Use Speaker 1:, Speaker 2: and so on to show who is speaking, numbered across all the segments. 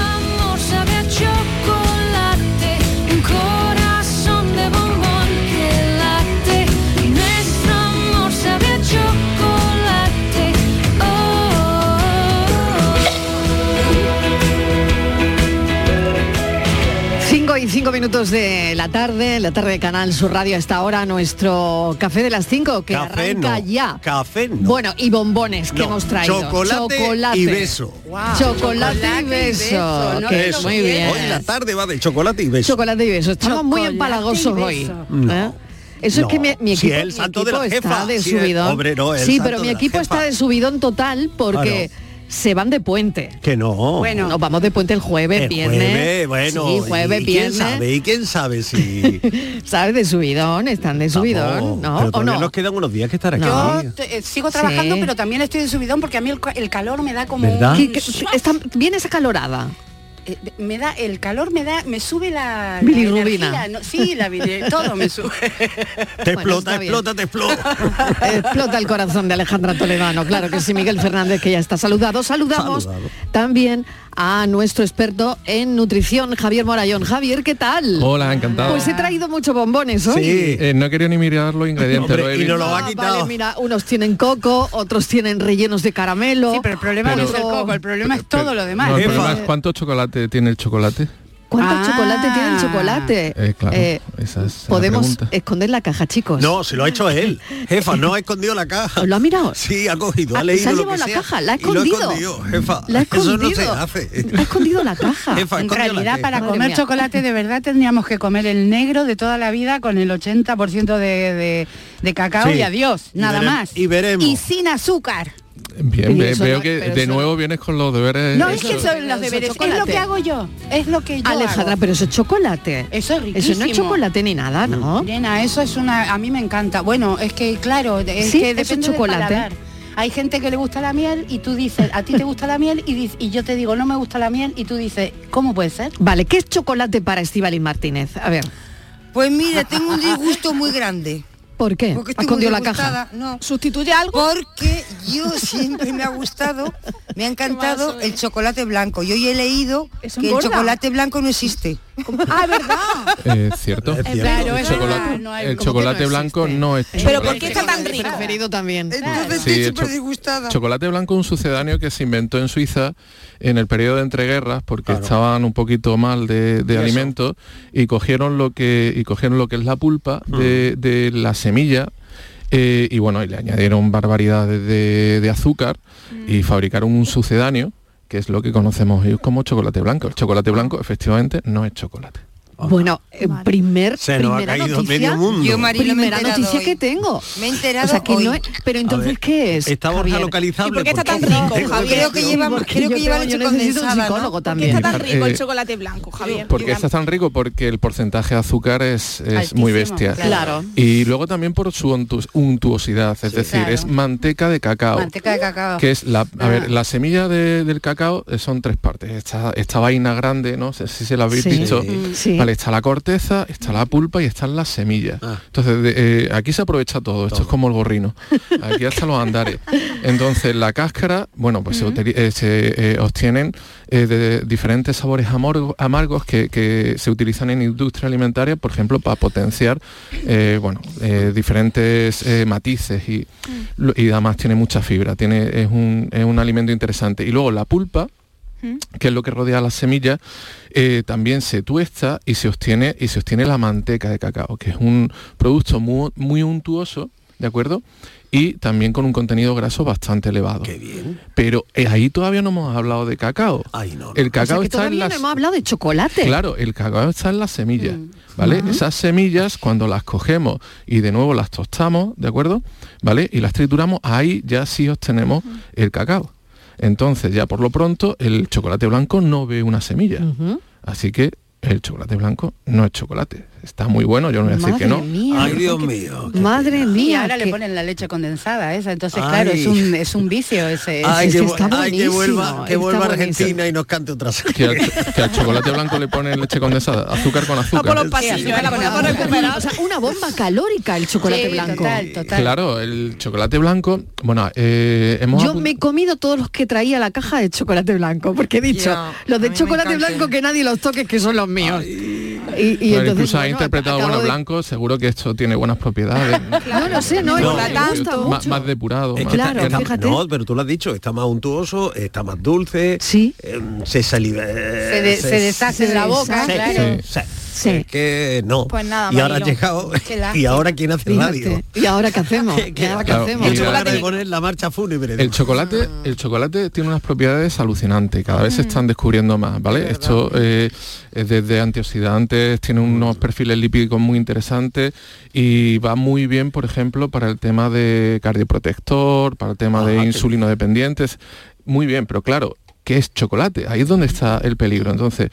Speaker 1: amor sabe a chocolate, un corazón de bombón que late. Nuestro amor sabe a chocolate. Oh,
Speaker 2: Cinco y cinco minutos de la tarde, la tarde de Canal Sur Radio hasta ahora, nuestro café de las 5 que
Speaker 3: Café
Speaker 2: arranca
Speaker 3: no,
Speaker 2: ya.
Speaker 3: Café no.
Speaker 2: Bueno, y bombones que
Speaker 3: No,
Speaker 2: hemos traído.
Speaker 3: chocolate y beso.
Speaker 2: Chocolate, y beso.
Speaker 3: Eso,
Speaker 2: ok, muy bien.
Speaker 3: Hoy la tarde va de chocolate y beso.
Speaker 2: Chocolate y beso. Estamos muy empalagosos hoy. ¿eh? Eso
Speaker 3: No,
Speaker 2: es que mi, mi
Speaker 3: si
Speaker 2: equipo,
Speaker 3: es el
Speaker 2: mi
Speaker 3: santo de
Speaker 2: equipo
Speaker 3: la
Speaker 2: está
Speaker 3: jefa,
Speaker 2: de
Speaker 3: si es-
Speaker 2: subidón.
Speaker 3: hombre, no, el
Speaker 2: sí,
Speaker 3: santo
Speaker 2: pero mi
Speaker 3: de la
Speaker 2: equipo
Speaker 3: jefa. Ah,
Speaker 2: está de subidón total porque se van de puente.
Speaker 3: Que no.
Speaker 2: Bueno, nos vamos de puente el jueves,
Speaker 3: Oh. El
Speaker 2: viernes.
Speaker 3: jueves, bueno.
Speaker 2: sí, jueves,
Speaker 3: ¿y
Speaker 2: viernes.
Speaker 3: ¿Quién sabe? ¿Y quién sabe si...?
Speaker 2: ¿Sabes? De subidón, están de subidón, ¿no?
Speaker 3: Pero
Speaker 2: ¿O
Speaker 3: todavía
Speaker 2: no?
Speaker 3: nos quedan unos días que estar aquí.
Speaker 4: Yo te- eh, sigo trabajando,
Speaker 2: Sí.
Speaker 4: pero también estoy de subidón porque a mí el, ca- el calor me da como
Speaker 3: ¿Verdad?
Speaker 4: un-
Speaker 3: ¿Qué-
Speaker 2: Está, vienes acalorada.
Speaker 4: eh, me da el calor me da me sube la, la
Speaker 2: Bilirrubina.
Speaker 4: energía, no- sí, la bili- todo me sube.
Speaker 3: Te explota, explota, te explota.
Speaker 2: Explota el corazón de Alejandra Toledano, claro que sí, Miguel Fernández, que ya está saludado. Saludamos también a nuestro experto en nutrición, Javier Morayón. Javier, ¿qué tal?
Speaker 5: Hola, encantado.
Speaker 2: Pues he traído muchos bombones hoy.
Speaker 5: Eh, no quería ni mirar los ingredientes.
Speaker 3: Hombre,
Speaker 5: lo
Speaker 3: y
Speaker 5: he
Speaker 3: nos lo
Speaker 5: visto.
Speaker 3: va a
Speaker 2: Ah, vale, mira, unos tienen coco, otros tienen rellenos de caramelo. Sí, pero el
Speaker 4: problema
Speaker 5: no es el
Speaker 4: coco, el problema es todo lo demás. Ah.
Speaker 5: No, el problema es cuánto chocolate tiene el chocolate.
Speaker 2: ¿Cuánto chocolate tiene el chocolate?
Speaker 5: Eh, claro,
Speaker 2: Eh,
Speaker 5: esa es la
Speaker 2: podemos
Speaker 5: pregunta.
Speaker 2: esconder la caja, chicos.
Speaker 3: No, se lo ha hecho él. Jefa, no ha escondido la caja.
Speaker 2: ¿Lo ha mirado?
Speaker 3: Sí, ha cogido, ha
Speaker 2: Ah,
Speaker 3: leído
Speaker 2: se ha
Speaker 3: lo
Speaker 2: llevado
Speaker 3: que
Speaker 2: la
Speaker 3: sea
Speaker 2: caja, la ha
Speaker 3: y lo
Speaker 2: escondido.
Speaker 3: jefa.
Speaker 2: La ha
Speaker 3: Eso no se
Speaker 2: escondido.
Speaker 3: hace.
Speaker 2: Ha escondido la caja.
Speaker 3: Jefa,
Speaker 4: En
Speaker 3: escondió la
Speaker 4: realidad,
Speaker 3: caja.
Speaker 4: para
Speaker 2: Madre
Speaker 4: comer
Speaker 2: mía.
Speaker 4: chocolate de verdad tendríamos que comer el negro de toda la vida con el 80% de, de, de cacao
Speaker 5: Sí.
Speaker 4: y adiós,
Speaker 5: Y
Speaker 4: nada
Speaker 5: veremos-
Speaker 4: más.
Speaker 5: y veremos.
Speaker 4: Y sin azúcar.
Speaker 5: Bien,
Speaker 4: Y
Speaker 5: ve-
Speaker 4: eso
Speaker 5: veo
Speaker 4: no-
Speaker 5: que
Speaker 4: pero
Speaker 5: de
Speaker 4: eso
Speaker 5: nuevo vienes con los deberes.
Speaker 4: No, es que
Speaker 5: hechos.
Speaker 4: son los deberes, es lo
Speaker 2: chocolate.
Speaker 4: que hago yo, es lo que yo
Speaker 2: Alejandra,
Speaker 4: hago.
Speaker 2: pero eso es chocolate.
Speaker 4: Eso es riquísimo.
Speaker 2: Eso no es chocolate ni nada,
Speaker 3: ¿Ah?
Speaker 2: ¿no?
Speaker 5: Mm.
Speaker 4: Nena, eso es una... A mí me encanta. Bueno, es que claro, es
Speaker 2: Sí,
Speaker 4: que
Speaker 2: eso es
Speaker 4: depende del
Speaker 2: chocolate.
Speaker 4: paladar. Hay gente que le gusta la miel y tú dices, a ti te gusta la miel y, dic- y yo te digo, no me gusta la miel y tú dices, ¿cómo puede ser?
Speaker 2: Vale, ¿qué es chocolate para Estivaliz Martínez? A ver.
Speaker 6: Pues mira, tengo un disgusto muy grande.
Speaker 2: ¿Por qué?
Speaker 6: Porque
Speaker 2: ¿Ha
Speaker 6: estoy muy
Speaker 2: escondido la
Speaker 6: disgustada,
Speaker 2: caja?
Speaker 6: No.
Speaker 2: ¿Sustituye algo?
Speaker 6: Porque yo siempre me ha gustado, me ha encantado
Speaker 2: eh.
Speaker 6: el chocolate blanco. Yo hoy he leído que el
Speaker 4: engorda.
Speaker 6: chocolate blanco no existe.
Speaker 4: Ah, ¿verdad.
Speaker 5: Eh, cierto.
Speaker 4: cierto. Claro,
Speaker 5: el
Speaker 4: es
Speaker 5: chocolate,
Speaker 4: verdad, no hay-
Speaker 5: el
Speaker 4: como que
Speaker 5: chocolate
Speaker 4: no
Speaker 5: blanco no es
Speaker 2: Pero
Speaker 5: chocolate.
Speaker 2: ¿por qué está tan rico? Preferido también.
Speaker 6: Entonces
Speaker 5: Sí,
Speaker 6: estoy
Speaker 5: el
Speaker 6: súper
Speaker 5: cho-
Speaker 6: disgustada.
Speaker 5: Chocolate blanco es un sucedáneo que se inventó en Suiza en el periodo de entreguerras porque estaban un poquito mal de, de alimentos y cogieron lo que y cogieron lo que es la pulpa de, de la semilla eh, y bueno y le añadieron barbaridades de, de azúcar y fabricaron un sucedáneo que es lo que conocemos hoy como chocolate blanco. El chocolate blanco efectivamente no es chocolate.
Speaker 2: Bueno, eh, primer,
Speaker 5: Se nos ha
Speaker 2: primera
Speaker 5: caído
Speaker 2: noticia,
Speaker 5: medio mundo. Yo, Marilo, me he
Speaker 2: primera
Speaker 5: enterado
Speaker 2: noticia
Speaker 5: hoy.
Speaker 2: que tengo.
Speaker 6: Me he enterado
Speaker 2: O sea, que
Speaker 6: hoy.
Speaker 2: no es- pero entonces,
Speaker 3: ver,
Speaker 2: ¿qué es?
Speaker 3: está Borja
Speaker 2: Javier?
Speaker 3: localizable, ¿Y por qué está tan
Speaker 2: Porque-
Speaker 3: rico,
Speaker 2: Porque-
Speaker 3: Javier?
Speaker 6: Creo que
Speaker 2: Porque
Speaker 6: lleva-
Speaker 2: yo
Speaker 6: creo que lleva
Speaker 2: yo
Speaker 6: leche
Speaker 2: necesito un
Speaker 6: condensada, ¿no?
Speaker 2: psicólogo
Speaker 6: ¿Por qué
Speaker 2: también.
Speaker 5: está tan rico el Eh,
Speaker 7: chocolate blanco,
Speaker 3: eh,
Speaker 7: Javier.
Speaker 5: Porque está tan rico porque el porcentaje de azúcar es, es
Speaker 7: Altísimo,
Speaker 5: muy bestia.
Speaker 7: claro. Claro.
Speaker 5: Y luego también por su untu- untuosidad, es decir, es manteca de
Speaker 1: oh.
Speaker 5: cacao.
Speaker 4: Manteca de cacao.
Speaker 5: que es la, a
Speaker 7: Ah.
Speaker 5: ver, la semilla de- del cacao eh, son tres partes. Esta, esta vaina grande, no sé si se la habéis
Speaker 8: Sí.
Speaker 5: visto.
Speaker 8: Mm, sí.
Speaker 5: Vale, está la corteza, está la pulpa y están las semillas. Entonces, de- eh, aquí se aprovecha todo. Esto es como el gorrino. Aquí hasta los andares. Entonces, la cáscara, bueno, pues se utili- eh, se, eh, obtienen eh, de diferentes sabores amor- amargos que, que se utilizan en industria alimentaria, por ejemplo, para potenciar, eh, bueno, eh, diferentes eh, matices y,
Speaker 8: Mm.
Speaker 5: lo- y además tiene mucha fibra, tiene, es, un, es un alimento interesante. Y luego la pulpa,
Speaker 4: ¿Mm?
Speaker 5: que es lo que rodea las semillas, eh, también se tuesta y se obtiene y se obtiene la manteca de cacao, que es un producto muy, muy untuoso, ¿de acuerdo? Y también con un contenido graso bastante elevado. Qué bien. Pero eh, ahí todavía no hemos hablado de cacao. El
Speaker 2: O sea,
Speaker 5: cacao
Speaker 2: que
Speaker 5: está en
Speaker 2: todavía
Speaker 5: las
Speaker 2: no hemos hablado de chocolate.
Speaker 5: Claro, el cacao está en las semillas,
Speaker 4: Mm.
Speaker 5: ¿vale? Esas semillas, cuando las cogemos y de nuevo las tostamos, ¿de acuerdo? ¿Vale? Y las trituramos, ahí ya sí obtenemos el cacao. Entonces, ya por lo pronto, el chocolate blanco no ve una semilla. Así que el chocolate blanco no es chocolate. está muy bueno, yo no voy a decir
Speaker 4: Madre
Speaker 5: que no.
Speaker 4: mía. Ay, Dios
Speaker 3: mío.
Speaker 2: Madre
Speaker 4: Y
Speaker 2: mía.
Speaker 4: ahora le
Speaker 2: que-
Speaker 4: ponen la leche condensada esa, entonces
Speaker 2: Ay.
Speaker 4: claro, es un, es un vicio ese.
Speaker 3: Ay,
Speaker 4: ese-
Speaker 3: que,
Speaker 4: ese
Speaker 3: vu- ay, que vuelva, que
Speaker 4: está
Speaker 3: vuelva a
Speaker 4: buenísimo.
Speaker 3: Argentina y nos cante otra
Speaker 5: Que al, que al chocolate blanco le ponen leche condensada, azúcar con azúcar.
Speaker 2: o sea, una bomba calórica el chocolate
Speaker 4: Sí,
Speaker 2: blanco.
Speaker 4: total, total.
Speaker 5: Claro, el chocolate blanco, bueno, eh, hemos
Speaker 2: Yo
Speaker 5: apuntado-
Speaker 2: me he comido todos los que traía la caja de chocolate blanco, porque he dicho,
Speaker 5: Ya,
Speaker 2: los
Speaker 5: a mí
Speaker 2: de
Speaker 5: me
Speaker 2: chocolate
Speaker 5: encanta.
Speaker 2: blanco que nadie los toque, que son los míos. Y, y entonces,
Speaker 5: Bueno, incluso ha
Speaker 2: bueno,
Speaker 5: interpretado
Speaker 2: acabo
Speaker 5: bueno
Speaker 2: de-
Speaker 5: blanco, seguro que esto tiene buenas propiedades.
Speaker 2: No, no sé, no,
Speaker 3: No,
Speaker 2: me gusta
Speaker 5: Ma- más,
Speaker 2: mucho.
Speaker 5: depurado.
Speaker 3: Es
Speaker 5: más-
Speaker 3: que está-
Speaker 2: Claro,
Speaker 3: está-
Speaker 2: fíjate.
Speaker 3: No, pero tú lo has dicho, está más untuoso, está más dulce. eh,
Speaker 2: Sí.
Speaker 3: se saliva.
Speaker 4: Se, de- se deshace en la boca,
Speaker 3: se-
Speaker 4: claro.
Speaker 3: se- se- Es que no.
Speaker 4: Pues nada,
Speaker 3: y ahora has
Speaker 4: Marilo.
Speaker 3: llegado.
Speaker 4: Qué lástima.
Speaker 3: Y ahora quién hace
Speaker 2: Fíjate,
Speaker 3: radio.
Speaker 2: ¿Y ahora qué hacemos? ¿Y ahora qué
Speaker 5: Claro,
Speaker 2: hacemos?
Speaker 5: El mira, chocolate-
Speaker 3: de poner la marcha fúnebre.
Speaker 5: El chocolate, el chocolate tiene unas propiedades alucinantes, cada
Speaker 2: Mm.
Speaker 5: vez se están descubriendo más, ¿vale? Esto eh, eh, desde antioxidantes, tiene unos perfiles lipídicos muy interesantes y va muy bien, por ejemplo, para el tema de cardioprotector, para el tema
Speaker 2: Ah,
Speaker 5: de insulino dependientes, muy bien, pero claro, ¿qué es chocolate? Ahí es donde está el peligro. Entonces,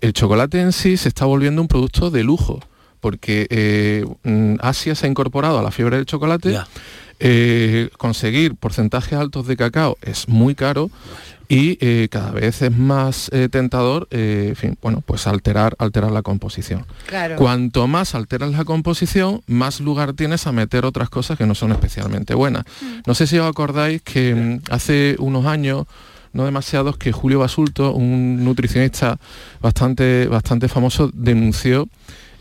Speaker 5: el chocolate en sí se está volviendo un producto de lujo, porque eh, mm, Asia se ha incorporado a la fiebre del chocolate. Eh, conseguir porcentajes altos de cacao es muy caro y eh, cada vez es más eh, tentador, eh, en fin, bueno, pues alterar, alterar la composición.
Speaker 4: Claro.
Speaker 5: Cuanto más alteras la composición, más lugar tienes a meter otras cosas que no son especialmente buenas.
Speaker 2: Mm.
Speaker 5: No sé si os acordáis que mm, hace unos años no demasiados que Julio Basulto, un nutricionista bastante bastante famoso, denunció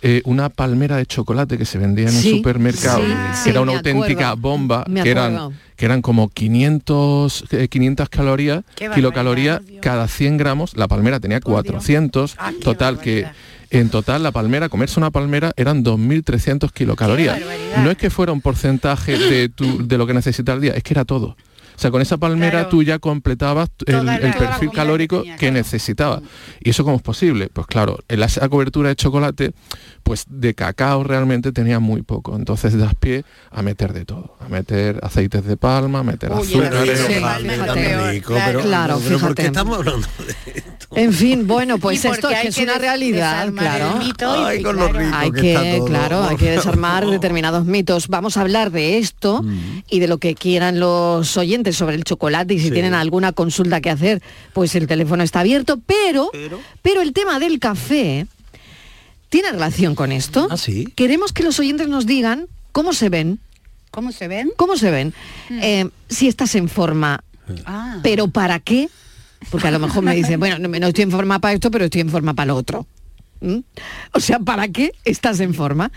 Speaker 5: eh, una palmera de chocolate que se vendía en
Speaker 2: Sí,
Speaker 5: un supermercado,
Speaker 2: sí,
Speaker 5: que
Speaker 2: sí,
Speaker 5: era una
Speaker 2: me acuerdo.
Speaker 5: auténtica bomba,
Speaker 2: Me
Speaker 5: que
Speaker 2: acuerdo.
Speaker 5: eran que eran como 500 eh, 500 calorías,
Speaker 2: Qué
Speaker 5: kilocalorías cada 100 gramos. La palmera tenía 400, total que en total la palmera, comerse una palmera eran 2.300 kilocalorías. No es que fuera un porcentaje de, tu- de lo que necesitas al día, es que era todo. O sea, con esa palmera tú ya completabas t- el, el perfil calórico que, necesitaba. ¿Y eso cómo es posible? Pues claro, en la- esa cobertura de chocolate, pues de cacao realmente tenía muy poco. Entonces das pie a meter de todo, a meter aceites de palma, a meter azúcares.
Speaker 2: Claro,
Speaker 3: ¿por qué
Speaker 2: fíjate.
Speaker 3: estamos hablando?
Speaker 2: En fin, bueno,
Speaker 4: Y
Speaker 2: pues
Speaker 4: porque
Speaker 2: esto es
Speaker 4: hay
Speaker 2: que es
Speaker 4: que
Speaker 2: una
Speaker 4: des-
Speaker 2: realidad,
Speaker 4: desarmar
Speaker 2: claro.
Speaker 4: el mito y- Ay, con
Speaker 3: lo rico
Speaker 2: hay
Speaker 3: que
Speaker 2: que,
Speaker 3: está todo.
Speaker 2: claro, hay que desarmar determinados mitos. Vamos a hablar de esto
Speaker 3: Mm.
Speaker 2: y de lo que quieran los oyentes sobre el chocolate y si tienen alguna consulta que hacer, pues el teléfono está abierto, pero pero, el tema del café tiene relación con esto.
Speaker 3: Ah,
Speaker 2: Queremos que los oyentes nos digan cómo se ven.
Speaker 4: ¿Cómo se ven?
Speaker 2: ¿Cómo se ven? Eh, si estás en forma,
Speaker 4: Ah.
Speaker 2: pero ¿para qué? Porque a lo mejor me dicen, bueno, no, no estoy en forma para esto, pero estoy en forma para lo otro. ¿Mm? O sea, ¿para qué estás en forma?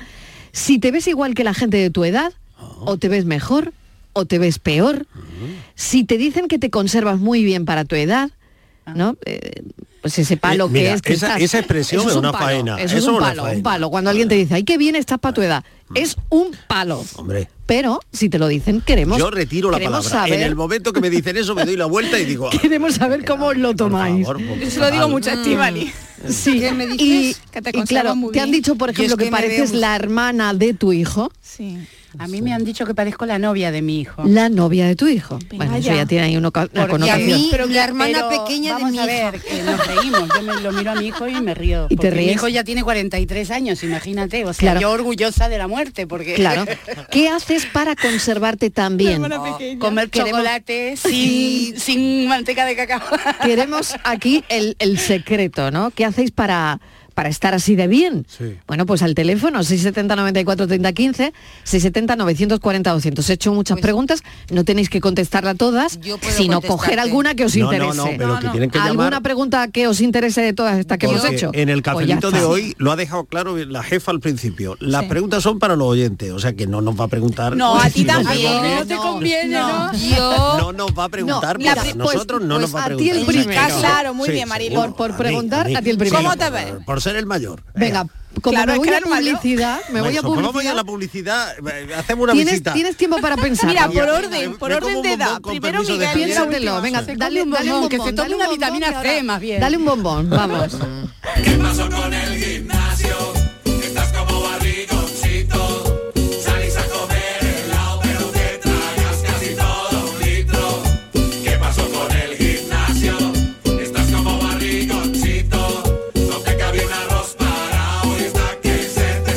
Speaker 2: Si te ves igual que la gente de tu edad, o te ves mejor, o te ves peor, si te dicen que te conservas muy bien para tu edad, ¿no? Eh, pues ese palo
Speaker 3: Eh, mira,
Speaker 2: que es que
Speaker 3: esa-
Speaker 2: estás-
Speaker 3: esa expresión
Speaker 2: Eso
Speaker 3: es
Speaker 2: un
Speaker 3: una
Speaker 2: palo,
Speaker 3: faena,
Speaker 2: Eso, es
Speaker 3: eso
Speaker 2: un
Speaker 3: es una
Speaker 2: palo, un
Speaker 3: faena.
Speaker 2: palo. Cuando alguien te dice, ay, qué bien estás para tu edad, es un palo.
Speaker 3: Hombre.
Speaker 2: Pero si te lo dicen, queremos
Speaker 3: Yo retiro la palabra.
Speaker 2: queremos saber-
Speaker 3: En el momento que me dicen eso me doy la vuelta y digo, ah,
Speaker 2: Queremos saber cómo lo tomáis. Mm.
Speaker 3: Yo se lo digo mucho
Speaker 9: a Estíbaliz.
Speaker 2: Sí.
Speaker 9: ¿Qué me dices?
Speaker 2: Y,
Speaker 9: Que te
Speaker 2: y
Speaker 9: conservas
Speaker 2: claro,
Speaker 9: muy
Speaker 2: te han
Speaker 9: bien.
Speaker 2: dicho, por
Speaker 9: Yo es
Speaker 2: ejemplo,
Speaker 9: que
Speaker 2: que,
Speaker 9: me veo
Speaker 2: pareces
Speaker 9: muy-
Speaker 2: la hermana de tu hijo,
Speaker 4: A mí me han dicho que parezco la novia de mi hijo.
Speaker 2: la novia de tu hijo. bueno, eso
Speaker 4: ya.
Speaker 2: ya tiene ahí uno, ca- una
Speaker 4: Porque
Speaker 2: connotación.
Speaker 10: la hermana pequeña de
Speaker 4: vamos
Speaker 10: mi
Speaker 4: a
Speaker 10: hija.
Speaker 4: ver, que nos reímos. Yo me lo miro a mi hijo y me río.
Speaker 2: ¿Y te
Speaker 4: porque Mi
Speaker 2: ríes?
Speaker 4: hijo ya tiene 43 años, imagínate. O sea,
Speaker 2: Claro.
Speaker 4: yo orgullosa de la muerte, porque...
Speaker 2: Claro. ¿Qué haces para conservarte tan bien? Oh,
Speaker 4: Oh, Comer
Speaker 2: Queremos-
Speaker 4: chocolate sin, sin manteca de cacao.
Speaker 2: Queremos aquí el, el secreto, ¿no? ¿Qué hacéis para, para estar así de bien? Bueno, pues al teléfono 670 94 30 15, 670 940 200. He hecho muchas
Speaker 9: Pues
Speaker 2: preguntas, no tenéis que contestarla todas,
Speaker 10: puedo
Speaker 2: sino
Speaker 10: contestarte.
Speaker 2: coger alguna que os
Speaker 3: No, no,
Speaker 2: interese.
Speaker 3: no, pero que No, no. tienen que
Speaker 2: ¿Alguna
Speaker 3: llamar-
Speaker 2: pregunta que os interese de todas estas que hemos
Speaker 3: Porque
Speaker 2: hecho?
Speaker 3: En el
Speaker 2: Pues ya
Speaker 3: cafelito de
Speaker 2: está.
Speaker 3: hoy lo ha dejado claro la jefa al principio. Las preguntas son para los oyentes, o sea que no nos va a preguntar. nos va a preguntar-
Speaker 9: te conviene,
Speaker 10: no.
Speaker 3: No nos va a preguntar,
Speaker 9: No, la
Speaker 3: porque a
Speaker 9: pri- pues-
Speaker 3: nosotros no nos va a
Speaker 2: a
Speaker 3: preguntar.
Speaker 2: ti el
Speaker 3: O sea,
Speaker 2: primero.
Speaker 3: que-
Speaker 9: Claro, muy
Speaker 3: sí,
Speaker 9: bien, Marilo.
Speaker 3: seguro,
Speaker 2: Por- por
Speaker 3: a mí,
Speaker 2: preguntar,
Speaker 3: mí.
Speaker 2: a ti el primero.
Speaker 9: ¿Cómo te
Speaker 3: por-
Speaker 9: ves?
Speaker 3: Por ser el mayor.
Speaker 2: Venga, como
Speaker 9: Claro,
Speaker 2: me
Speaker 9: es
Speaker 2: voy
Speaker 9: que
Speaker 2: a
Speaker 9: era mayor.
Speaker 2: publicidad, me voy a
Speaker 3: Bueno, vamos a
Speaker 2: publicidad.
Speaker 3: la publicidad, eh, hacemos una
Speaker 2: ¿Tienes,
Speaker 3: visita.
Speaker 2: tienes tiempo para pensar.
Speaker 9: Mira, por
Speaker 3: me-
Speaker 9: orden, por
Speaker 3: me como
Speaker 9: orden
Speaker 3: un
Speaker 9: de
Speaker 3: bombón
Speaker 9: edad.
Speaker 3: con
Speaker 9: Primero
Speaker 3: permiso de
Speaker 9: Miguel.
Speaker 3: Javier.
Speaker 2: Piénsatelo, venga,
Speaker 4: Se come
Speaker 2: dale, dale un
Speaker 4: un bombón,
Speaker 2: bombón,
Speaker 4: que se tome
Speaker 2: dale un
Speaker 4: una
Speaker 2: bombón,
Speaker 4: vitamina
Speaker 2: que ahora-
Speaker 4: C más bien.
Speaker 2: Dale un bombón, vamos.
Speaker 1: ¿Qué pasó con el gimnasio? Estás como barrigoncito. Salís a comer helado, pero te tragas casi todo un litro. ¿Qué pasó con el gimnasio? Estás como barrigoncito. No te cabía un arroz parado y está que se te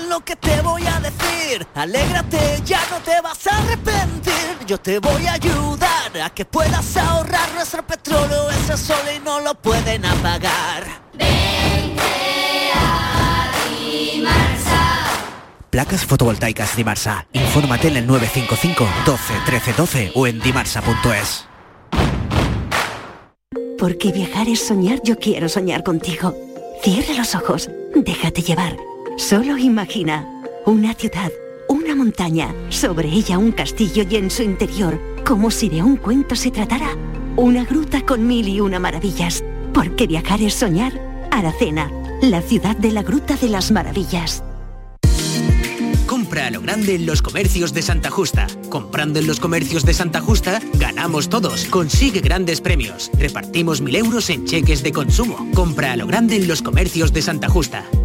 Speaker 11: lo que te voy a decir. Alégrate, ya no te vas a arrepentir. Yo te voy a ayudar a que puedas ahorrar nuestro petróleo. Ese sol y no lo pueden apagar.
Speaker 6: Eh,
Speaker 12: Placas fotovoltaicas Dimarsa. Infórmate en el 955 12 13 12 o en dimarsa.es.
Speaker 13: Porque viajar es soñar, yo quiero soñar contigo. Cierra los ojos, déjate llevar. Solo imagina una ciudad, una montaña, sobre ella un castillo y en su interior, como si de un cuento se tratara, una gruta con mil y una maravillas. Porque viajar es soñar. Aracena, la ciudad de la Gruta de las Maravillas.
Speaker 12: Compra a lo grande en los comercios de Santa Justa. Comprando en los comercios de Santa Justa, ganamos todos. Consigue grandes premios. Repartimos mil euros en cheques de consumo. Compra a lo grande en los comercios de Santa Justa.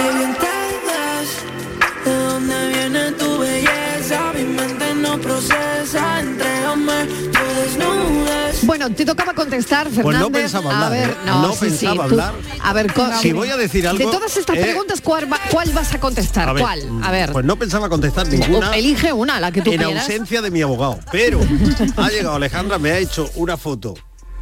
Speaker 14: bien te ves, de dónde viene tu belleza, mi mente no procesa, entrégame tu desnudez.
Speaker 2: Bueno, te tocaba contestar, Fernández.
Speaker 3: Pues no pensaba
Speaker 2: A
Speaker 3: hablar,
Speaker 2: ver,
Speaker 3: ¿eh?
Speaker 2: no,
Speaker 3: No
Speaker 2: sí, sí,
Speaker 3: pensaba
Speaker 2: tú-
Speaker 3: hablar.
Speaker 2: A ver, co-
Speaker 3: Si voy a decir
Speaker 2: De
Speaker 3: algo,
Speaker 2: todas estas
Speaker 3: eh,
Speaker 2: preguntas, ¿cuál, va- cuál vas a contestar?
Speaker 3: A ver,
Speaker 2: ¿Cuál? A ver.
Speaker 3: Pues no pensaba contestar ninguna.
Speaker 2: O- Elige una, la que tú
Speaker 3: en
Speaker 2: quieras.
Speaker 3: ausencia de mi abogado. Pero ha llegado Alejandra, me ha hecho una foto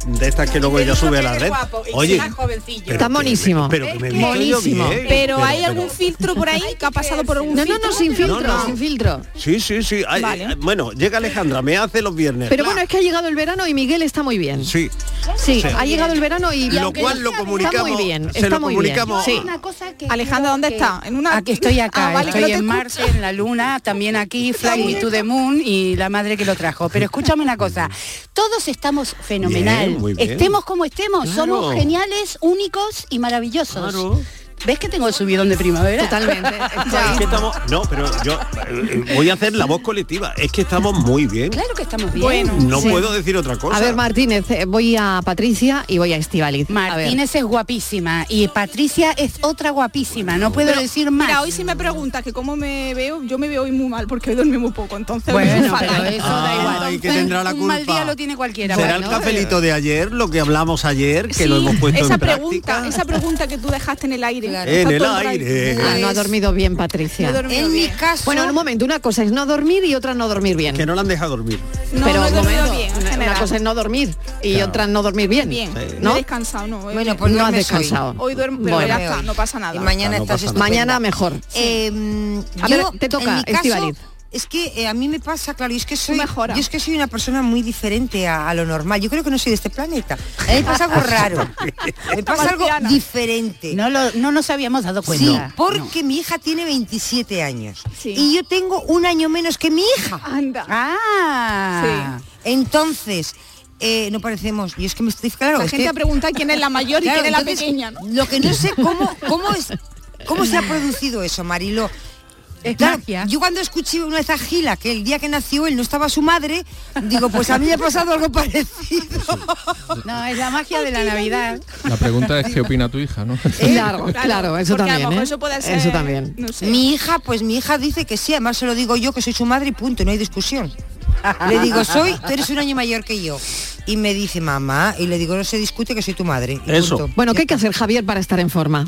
Speaker 3: de estas que luego ella sube a la red. Oye, pero
Speaker 2: Está
Speaker 3: que-
Speaker 2: monísimo.
Speaker 3: Pero que me he visto yo
Speaker 2: Monísimo.
Speaker 3: bien.
Speaker 7: Pero hay
Speaker 3: pero-
Speaker 7: algún filtro por ahí que ha pasado por algún
Speaker 2: No, no,
Speaker 7: filtro.
Speaker 2: no, sin filtro,
Speaker 3: No, no.
Speaker 2: sin filtro.
Speaker 3: Sí, sí, sí. Ay,
Speaker 2: Vale.
Speaker 3: eh, Bueno, llega Alejandra, me hace los viernes.
Speaker 2: Pero bueno, es que ha llegado el verano y Miguel está muy bien.
Speaker 3: Sí.
Speaker 2: Sí,
Speaker 3: Sí.
Speaker 2: ha llegado el verano y,
Speaker 3: Lo
Speaker 2: aunque
Speaker 3: cual
Speaker 2: no
Speaker 3: lo
Speaker 2: sea de-
Speaker 3: comunicamos-
Speaker 2: Está muy bien,
Speaker 3: se
Speaker 2: está
Speaker 3: lo
Speaker 2: muy
Speaker 3: comunicamos-
Speaker 2: bien. Sí.
Speaker 4: Una cosa que
Speaker 7: Alejandra, ¿dónde está? En una...
Speaker 4: Aquí estoy acá,
Speaker 7: Ah, vale, que
Speaker 4: estoy
Speaker 7: no te
Speaker 4: en
Speaker 7: escucho.
Speaker 4: Marte, en la Luna, también aquí, Fly Me to the Moon y la madre que lo trajo. Pero escúchame una cosa, todos estamos fenomenal,
Speaker 15: Bien, muy bien.
Speaker 4: estemos como estemos,
Speaker 15: Claro.
Speaker 4: somos geniales, únicos y maravillosos. ¿Ves que tengo el subidón de primavera?
Speaker 2: Totalmente.
Speaker 3: Es que estamos- no, pero yo eh, eh, voy a hacer la voz colectiva. Es que estamos muy bien.
Speaker 4: Claro que estamos bien.
Speaker 3: No
Speaker 2: Sí.
Speaker 3: puedo decir otra cosa.
Speaker 2: A ver, Martínez, eh, voy a Patricia y voy a Estivaliz.
Speaker 4: Inés es guapísima y Patricia es otra guapísima, no puedo
Speaker 7: Pero,
Speaker 4: decir más.
Speaker 7: Mira, hoy si me preguntas que cómo me veo, yo me veo hoy muy mal porque hoy dormí muy poco, entonces
Speaker 3: Bueno,
Speaker 7: hoy me
Speaker 3: pero
Speaker 7: fatal.
Speaker 3: eso da igual. Ay, que tendrá la
Speaker 7: Un mal
Speaker 3: culpa.
Speaker 7: día lo tiene cualquiera.
Speaker 3: ¿Será
Speaker 7: bueno. eh.
Speaker 3: el cafelito de ayer, lo que hablamos ayer, que lo
Speaker 7: Sí,
Speaker 3: hemos puesto
Speaker 7: esa
Speaker 3: en práctica?
Speaker 7: pregunta, esa pregunta que tú dejaste en el aire.
Speaker 3: En
Speaker 7: Está
Speaker 3: el
Speaker 7: todo rato.
Speaker 3: aire.
Speaker 2: Ah, no ha
Speaker 7: Pues-
Speaker 2: dormido bien,
Speaker 7: No
Speaker 2: Patricia.
Speaker 7: he dormido En mi bien. caso-
Speaker 2: Bueno, un momento, una cosa es no dormir y otra no dormir bien.
Speaker 3: Que no la han dejado dormir.
Speaker 7: No,
Speaker 2: Pero
Speaker 7: no he
Speaker 2: un
Speaker 7: dormido
Speaker 2: momento,
Speaker 7: bien, en
Speaker 2: una- una
Speaker 7: general.
Speaker 2: cosa es no dormir y otra no dormir bien.
Speaker 7: No
Speaker 2: ¿No?
Speaker 7: Eh, he descansado, no. hoy-
Speaker 2: Bueno, pues
Speaker 7: hoy
Speaker 2: no has
Speaker 7: duermes hoy.
Speaker 2: descansado.
Speaker 7: Hoy duermo, pero
Speaker 2: Bueno.
Speaker 7: ya está, no pasa nada.
Speaker 6: Y mañana
Speaker 2: No
Speaker 6: estás
Speaker 2: pasa
Speaker 6: estupenda.
Speaker 2: nada. Mañana mejor.
Speaker 6: Eh,
Speaker 2: A
Speaker 6: yo,
Speaker 2: ver, te toca,
Speaker 6: en mi caso,
Speaker 2: Estíbaliz.
Speaker 6: Es que eh, a mí me pasa, claro, y es que soy, yo es que soy una persona muy diferente a, a lo normal. Yo creo que no soy de este planeta. A mí me pasa algo raro. Me pasa algo
Speaker 4: Marciana.
Speaker 6: diferente.
Speaker 4: No, lo- no nos habíamos dado cuenta.
Speaker 6: Sí, porque mi hija tiene 27 años y yo tengo un año menos que mi hija.
Speaker 7: Anda.
Speaker 6: Ah. Entonces, eh, no parecemos. Y es que me estoy claro.
Speaker 7: La
Speaker 6: es
Speaker 7: gente
Speaker 6: que-
Speaker 7: ha preguntado quién es la mayor y
Speaker 6: Claro,
Speaker 7: quién es la
Speaker 6: entonces,
Speaker 7: pequeña. ¿no?
Speaker 6: Lo que no sé cómo cómo es cómo se ha producido eso, Marilo. Claro, yo cuando escuché una zagila que el día que nació él no estaba su madre, digo, pues a mí me ha pasado algo parecido.
Speaker 4: No, es la magia de la Navidad.
Speaker 5: La pregunta es qué opina tu hija, ¿no?
Speaker 2: Claro, claro, eso
Speaker 7: Eh, porque a lo
Speaker 2: también.
Speaker 7: mejor
Speaker 2: ¿eh?
Speaker 7: eso puede ser-
Speaker 2: Eso también.
Speaker 6: Mi hija, pues mi hija dice que sí, además se lo digo yo que soy su madre y punto, no hay discusión. Le digo, soy, tú eres un año mayor que yo. Y me dice, mamá, y le digo, no se discute que soy tu madre. y punto.
Speaker 2: Bueno, ¿qué hay que hacer, Javier, para estar en forma?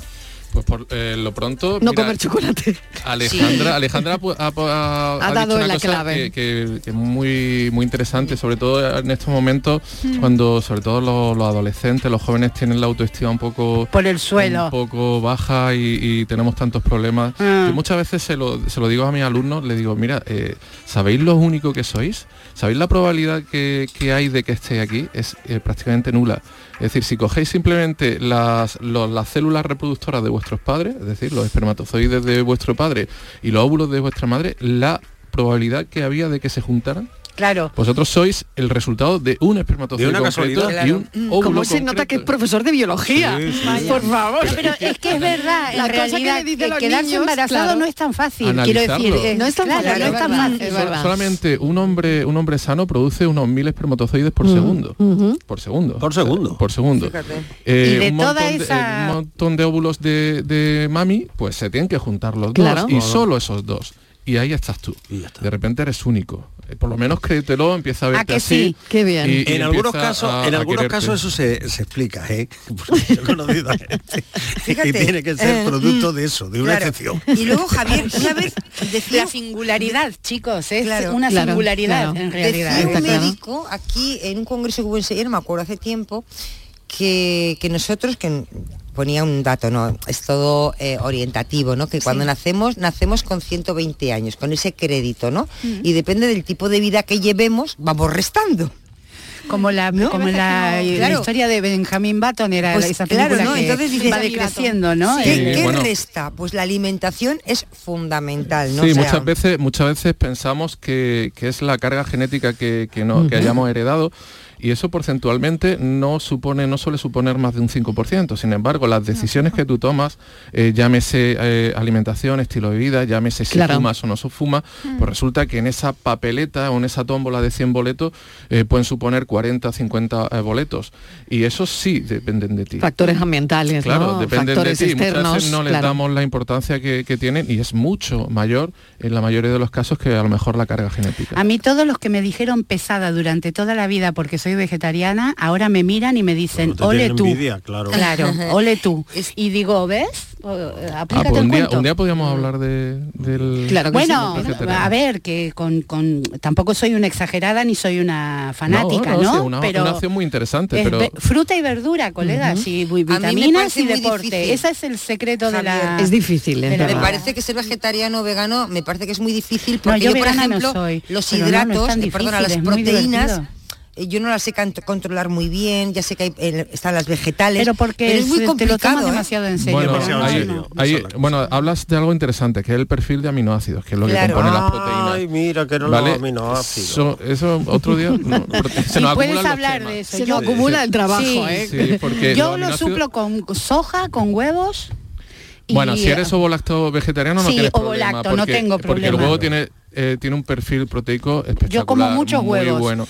Speaker 5: Pues por eh, lo pronto.
Speaker 2: No
Speaker 5: mira,
Speaker 2: comer chocolate.
Speaker 5: Alejandra,
Speaker 2: Sí.
Speaker 5: Alejandra pu- ha, ha-
Speaker 2: Ha
Speaker 5: ha
Speaker 2: dado
Speaker 5: dicho una
Speaker 2: la
Speaker 5: cosa
Speaker 2: clave.
Speaker 5: que, que- que es muy muy interesante, sobre todo en estos momentos
Speaker 4: Mm.
Speaker 5: cuando sobre todo los, los adolescentes, los jóvenes tienen la autoestima un poco
Speaker 4: por el suelo.
Speaker 5: un poco baja y, y tenemos tantos problemas.
Speaker 4: Mm.
Speaker 5: Yo muchas veces se lo, se lo digo a mis alumnos, les digo, mira, eh, ¿sabéis lo único que sois? ¿Sabéis la probabilidad que, que hay de que estéis aquí? Es eh, prácticamente nula. Es decir, si cogéis simplemente las, los- las células reproductoras de vuestros padres, es decir, los espermatozoides de vuestro padre y los óvulos de vuestra madre, la probabilidad que había de que se juntaran,
Speaker 4: Claro.
Speaker 5: vosotros sois el resultado de un espermatozoide
Speaker 3: De una
Speaker 5: concreto
Speaker 3: casualidad.
Speaker 5: y un
Speaker 2: Mm,
Speaker 5: óvulo
Speaker 2: ¿Cómo se
Speaker 5: concreto.
Speaker 2: nota que es profesor de biología?
Speaker 5: Sí, sí, sí.
Speaker 2: Por favor.
Speaker 5: Pero
Speaker 4: Es que es verdad, en
Speaker 2: La cosa que
Speaker 4: realidad
Speaker 2: le
Speaker 4: que
Speaker 2: dicen los
Speaker 4: quedarse
Speaker 2: niños,
Speaker 4: embarazado
Speaker 2: claro.
Speaker 4: no es tan fácil. Quiero
Speaker 5: Analizarlo.
Speaker 4: decir, eh,
Speaker 2: No es tan
Speaker 4: claro,
Speaker 2: fácil,
Speaker 4: no es
Speaker 2: es
Speaker 4: tan
Speaker 2: verdad,
Speaker 4: fácil.
Speaker 2: es verdad.
Speaker 5: Solamente un hombre, un hombre sano produce unos mil espermatozoides por
Speaker 2: Mm.
Speaker 5: segundo. Por segundo. Por segundo. Por segundo. Eh,
Speaker 4: Y de
Speaker 5: un,
Speaker 4: toda
Speaker 5: montón de, eh,
Speaker 4: esa-
Speaker 5: un montón de óvulos de, de mami, pues se tienen que juntar los
Speaker 2: Claro.
Speaker 5: dos y
Speaker 2: Claro.
Speaker 5: solo esos dos. Y ahí estás tú. De repente eres único. Eh, Por lo menos créetelo, empieza a verte así.
Speaker 2: Ah, Qué bien.
Speaker 5: y- y
Speaker 3: en algunos
Speaker 5: empieza
Speaker 3: casos,
Speaker 5: a-
Speaker 3: en
Speaker 5: a
Speaker 3: algunos
Speaker 5: quererte.
Speaker 3: casos eso se, se explica, ¿eh? Porque yo he conocido a gente
Speaker 6: Fíjate,
Speaker 3: que tiene que ser
Speaker 6: eh,
Speaker 3: producto de eso, de una
Speaker 6: claro.
Speaker 3: excepción.
Speaker 6: Y luego Javier, una vez decía
Speaker 4: La singularidad, chicos, es
Speaker 6: Claro,
Speaker 4: una
Speaker 6: claro,
Speaker 4: singularidad
Speaker 6: claro.
Speaker 4: en realidad.
Speaker 6: Decía
Speaker 4: Está
Speaker 6: un
Speaker 4: claro.
Speaker 6: médico aquí en un congreso que hubo en Sevilla, no me acuerdo hace tiempo, que, que nosotros, que ponía un dato, no, es todo eh, orientativo, ¿no? Que cuando nacemos, nacemos con 120 años, con ese crédito, ¿no?
Speaker 4: Mm.
Speaker 6: Y depende del tipo de vida que llevemos, vamos restando.
Speaker 4: Como la, como la, la
Speaker 6: Claro.
Speaker 4: historia de Benjamin Button era
Speaker 6: Pues
Speaker 4: esa
Speaker 6: claro,
Speaker 4: película
Speaker 6: ¿no?
Speaker 4: que
Speaker 6: Entonces dices,
Speaker 4: va decreciendo, ¿no? Eh,
Speaker 6: ¿Qué,
Speaker 5: Sí,
Speaker 6: qué
Speaker 5: bueno.
Speaker 6: resta? Pues la alimentación es fundamental, ¿no?
Speaker 5: Sí,
Speaker 6: O sea,
Speaker 5: muchas veces, muchas veces pensamos que, que es la carga genética que, que no- que
Speaker 6: Ujú.
Speaker 5: hayamos heredado y eso porcentualmente no supone, no suele suponer más de un 5%. Sin embargo, las decisiones que tú tomas, eh, llámese eh, alimentación, estilo de vida, llámese si
Speaker 2: Claro.
Speaker 5: fumas o no fumas,
Speaker 6: Mm.
Speaker 5: pues resulta que en esa papeleta o en esa tómbola de 100 boletos eh, pueden suponer 40, 50 eh, boletos. Y eso sí dependen de ti.
Speaker 2: Factores ambientales,
Speaker 5: Claro,
Speaker 2: ¿no?
Speaker 5: depende de
Speaker 2: factores
Speaker 5: ti. Muchas
Speaker 2: externos.
Speaker 5: veces no les
Speaker 2: claro.
Speaker 5: damos la importancia que, que tienen y es mucho mayor en la mayoría de los casos que a lo mejor la carga
Speaker 2: Ah,
Speaker 5: genética.
Speaker 4: A mí todos los que me dijeron pesada durante toda la vida porque soy vegetariana, ahora me miran y me dicen,
Speaker 5: te
Speaker 4: ole
Speaker 5: tienen
Speaker 4: tú.
Speaker 5: envidia, claro.
Speaker 4: ole tú. Y digo, ¿ves? O- eh,
Speaker 5: Ah,
Speaker 4: Aplícate
Speaker 5: pues
Speaker 4: el
Speaker 5: un, día,
Speaker 4: cuento.
Speaker 5: un día podríamos hablar de, del...
Speaker 4: bueno,
Speaker 5: del vegetariano.
Speaker 4: a ver, que con, con- tampoco soy una exagerada ni soy una fanática, ¿no?
Speaker 5: No, no, sí, una,
Speaker 4: pero
Speaker 5: una opción muy interesante,
Speaker 4: es
Speaker 5: pero...
Speaker 4: ve- fruta y verdura, colegas, y vi-
Speaker 6: A mí me
Speaker 4: vitaminas
Speaker 6: parece
Speaker 4: y
Speaker 6: muy
Speaker 4: deporte.
Speaker 6: difícil.
Speaker 4: Ese es el secreto de la...
Speaker 2: Es difícil, es
Speaker 4: de la-
Speaker 6: Me
Speaker 2: verdad.
Speaker 6: parece que ser vegetariano o vegano me parece que es muy difícil porque
Speaker 4: yo
Speaker 6: yo, por
Speaker 4: vegana no
Speaker 6: ejemplo,
Speaker 4: soy,
Speaker 6: los
Speaker 4: pero no, no es
Speaker 6: hidratos,
Speaker 4: tan
Speaker 6: eh, perdona,
Speaker 4: difícil,
Speaker 6: las
Speaker 4: es muy
Speaker 6: proteínas,
Speaker 4: divertido.
Speaker 6: eh, yo no las sé can- controlar muy bien, ya sé que hay, eh, están las vegetales,
Speaker 4: Pero porque
Speaker 6: es muy
Speaker 4: se- te lo
Speaker 6: complicado.
Speaker 4: tomas
Speaker 6: ¿eh?
Speaker 4: demasiado en serio.
Speaker 5: Bueno,
Speaker 4: pero no,
Speaker 5: hay-
Speaker 4: no.
Speaker 5: hay- bueno, hablas de algo interesante, que es el perfil de aminoácidos, que es lo que compone
Speaker 2: Ah.
Speaker 5: las proteínas.
Speaker 3: Ay, mira, que no
Speaker 5: ¿vale?
Speaker 3: lo domino ácido.
Speaker 5: So- eso otro día no, porque se nos acumulan
Speaker 4: puedes
Speaker 5: los
Speaker 4: hablar
Speaker 5: temas.
Speaker 4: de eso.
Speaker 2: Se nos acumula el trabajo, ¿eh?
Speaker 5: Sí, porque
Speaker 4: yo
Speaker 5: los
Speaker 4: lo
Speaker 5: aminoácidos-
Speaker 4: suplo con soja, con huevos eh,
Speaker 5: Bueno, si eres ovolacto vegetariano no
Speaker 4: Sí,
Speaker 5: tienes problema.
Speaker 4: ovolacto, no tengo
Speaker 5: Porque el
Speaker 4: problema.
Speaker 5: huevo tiene, eh, tiene un perfil proteico espectacular.
Speaker 4: Yo como muchos
Speaker 5: muy
Speaker 4: huevos.
Speaker 5: bueno.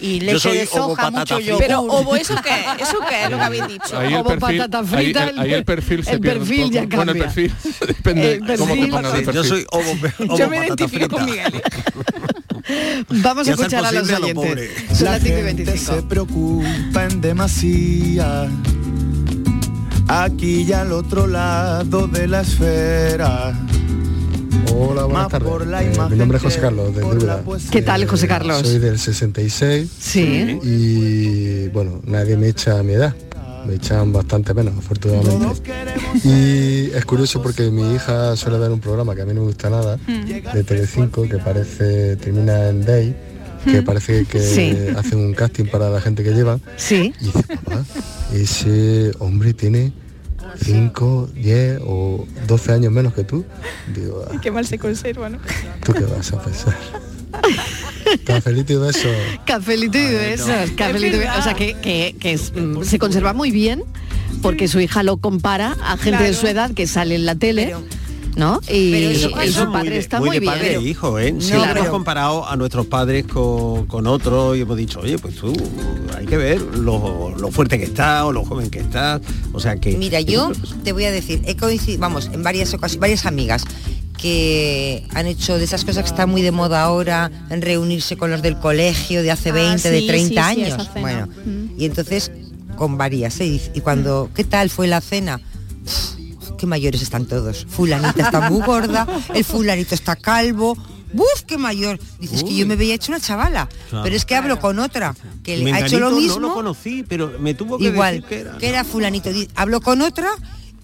Speaker 4: Y leche
Speaker 5: soy
Speaker 4: de soja, mucho
Speaker 5: ovo-patata
Speaker 4: yogur.
Speaker 5: frita. Pero,
Speaker 7: ovo, ¿eso qué es? ¿Eso qué es lo que habéis dicho?
Speaker 5: Ahí el
Speaker 7: Ovo,
Speaker 5: perfil,
Speaker 7: patata
Speaker 5: ahí-
Speaker 7: frita,
Speaker 5: ahí, el perfil se
Speaker 7: el
Speaker 5: pierde un
Speaker 7: perfil
Speaker 5: poco.
Speaker 7: ya
Speaker 5: Bueno, el
Speaker 7: cambia.
Speaker 5: perfil depende
Speaker 2: El
Speaker 5: cómo te
Speaker 2: perfil-
Speaker 5: pongas de
Speaker 2: Sí, yo
Speaker 5: perfil.
Speaker 2: soy ovo- Yo me patata identifico frita. con Miguel. Vamos a
Speaker 8: Y hacer
Speaker 2: escuchar a los
Speaker 8: posible a lo
Speaker 2: oyentes.
Speaker 8: pobre.
Speaker 2: Son
Speaker 8: La
Speaker 2: las 5 y
Speaker 8: gente
Speaker 2: 25.
Speaker 8: se preocupa en demasía. Aquí y al otro lado de la esfera.
Speaker 16: Hola, buenas tardes. Eh, mi nombre es José Carlos, de Úbeda.
Speaker 2: ¿Qué tal, José Carlos?
Speaker 16: Soy del 66.
Speaker 2: Sí.
Speaker 16: Y bueno, nadie me echa a mi edad. Me echan bastante menos, afortunadamente. Y es curioso porque mi hija suele ver un programa que a mí no me gusta nada,
Speaker 17: Mm.
Speaker 16: de Telecinco, que parece, termina en Day, que
Speaker 17: Mm.
Speaker 16: parece que
Speaker 17: Sí.
Speaker 16: hacen un casting para la gente que llevan.
Speaker 2: Sí.
Speaker 16: Y dice, papá, ese hombre tiene 5, 10 o 12 años menos que tú. Digo, "Ah,
Speaker 7: Y qué mal se conserva, ¿no?
Speaker 16: ¿Tú qué vas a pensar? Cafelito y beso.
Speaker 2: Cafelito y besos, cafelito y besos. O sea, que, que- que es, mm, se conserva muy bien porque su hija lo compara a gente de
Speaker 3: Claro.
Speaker 2: su edad que sale en la tele, ¿no? Y
Speaker 3: Pero eso
Speaker 2: y
Speaker 3: pasa
Speaker 2: su padre
Speaker 3: muy de-
Speaker 2: está
Speaker 3: muy
Speaker 2: muy,
Speaker 3: de
Speaker 2: bien.
Speaker 3: padre e hijo, ¿eh?
Speaker 2: No,
Speaker 3: Siempre hemos
Speaker 2: pero-
Speaker 3: comparado a nuestros padres con, con otros y hemos dicho, oye, pues tú, hay que ver lo, lo fuerte que estás o lo joven que estás. O sea que...
Speaker 6: Mira, yo te voy a decir, he coincidido, vamos, en varias ocasiones, varias amigas que han hecho de esas cosas que están muy de moda ahora, en reunirse con los del colegio de
Speaker 4: Ah,
Speaker 6: hace 20, de 30 años. bueno, y entonces con varias, ¿eh? y, y cuando, ¿qué tal fue la cena? Uf, Qué mayores están todos. Fulanita está muy gorda, el fulanito está calvo. ¡Buf, qué mayor! Dices que yo me veía hecho una chavala,
Speaker 3: Claro.
Speaker 6: pero es que hablo con otra que le ha
Speaker 3: Menganito
Speaker 6: hecho lo mismo
Speaker 3: No lo conocí, pero me tuvo que
Speaker 6: igual
Speaker 3: decir que era...
Speaker 6: que era fulanito Di- habló con otra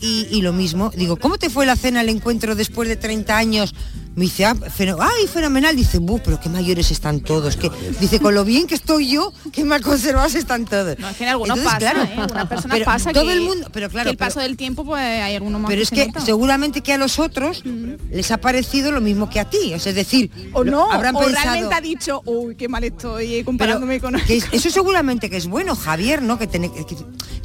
Speaker 6: y, y lo mismo digo cómo te fue la cena el encuentro después de 30 años me dice ah, feno- ay fenomenal dice "Bu, pero qué mayores están todos que dice con lo bien que estoy yo qué mal conservados están todos
Speaker 7: No, es que en algunos
Speaker 6: Entonces,
Speaker 7: pasa,
Speaker 6: claro,
Speaker 7: ¿eh? Algunas personas
Speaker 6: pero
Speaker 7: pasa
Speaker 6: todo
Speaker 7: que-
Speaker 6: el mundo pero claro
Speaker 7: que el
Speaker 6: pero-
Speaker 7: paso del tiempo pues hay algunos más
Speaker 6: pero es
Speaker 7: se
Speaker 6: que
Speaker 7: nota.
Speaker 6: seguramente que a los otros les ha parecido lo mismo que a ti, o sea, es decir,
Speaker 7: o no,
Speaker 6: habrán
Speaker 7: o
Speaker 6: pensado
Speaker 7: realmente ha dicho, uy, qué mal estoy eh, comparándome con...
Speaker 6: que es- eso seguramente que es bueno, Javier, ¿no? Que, tener- que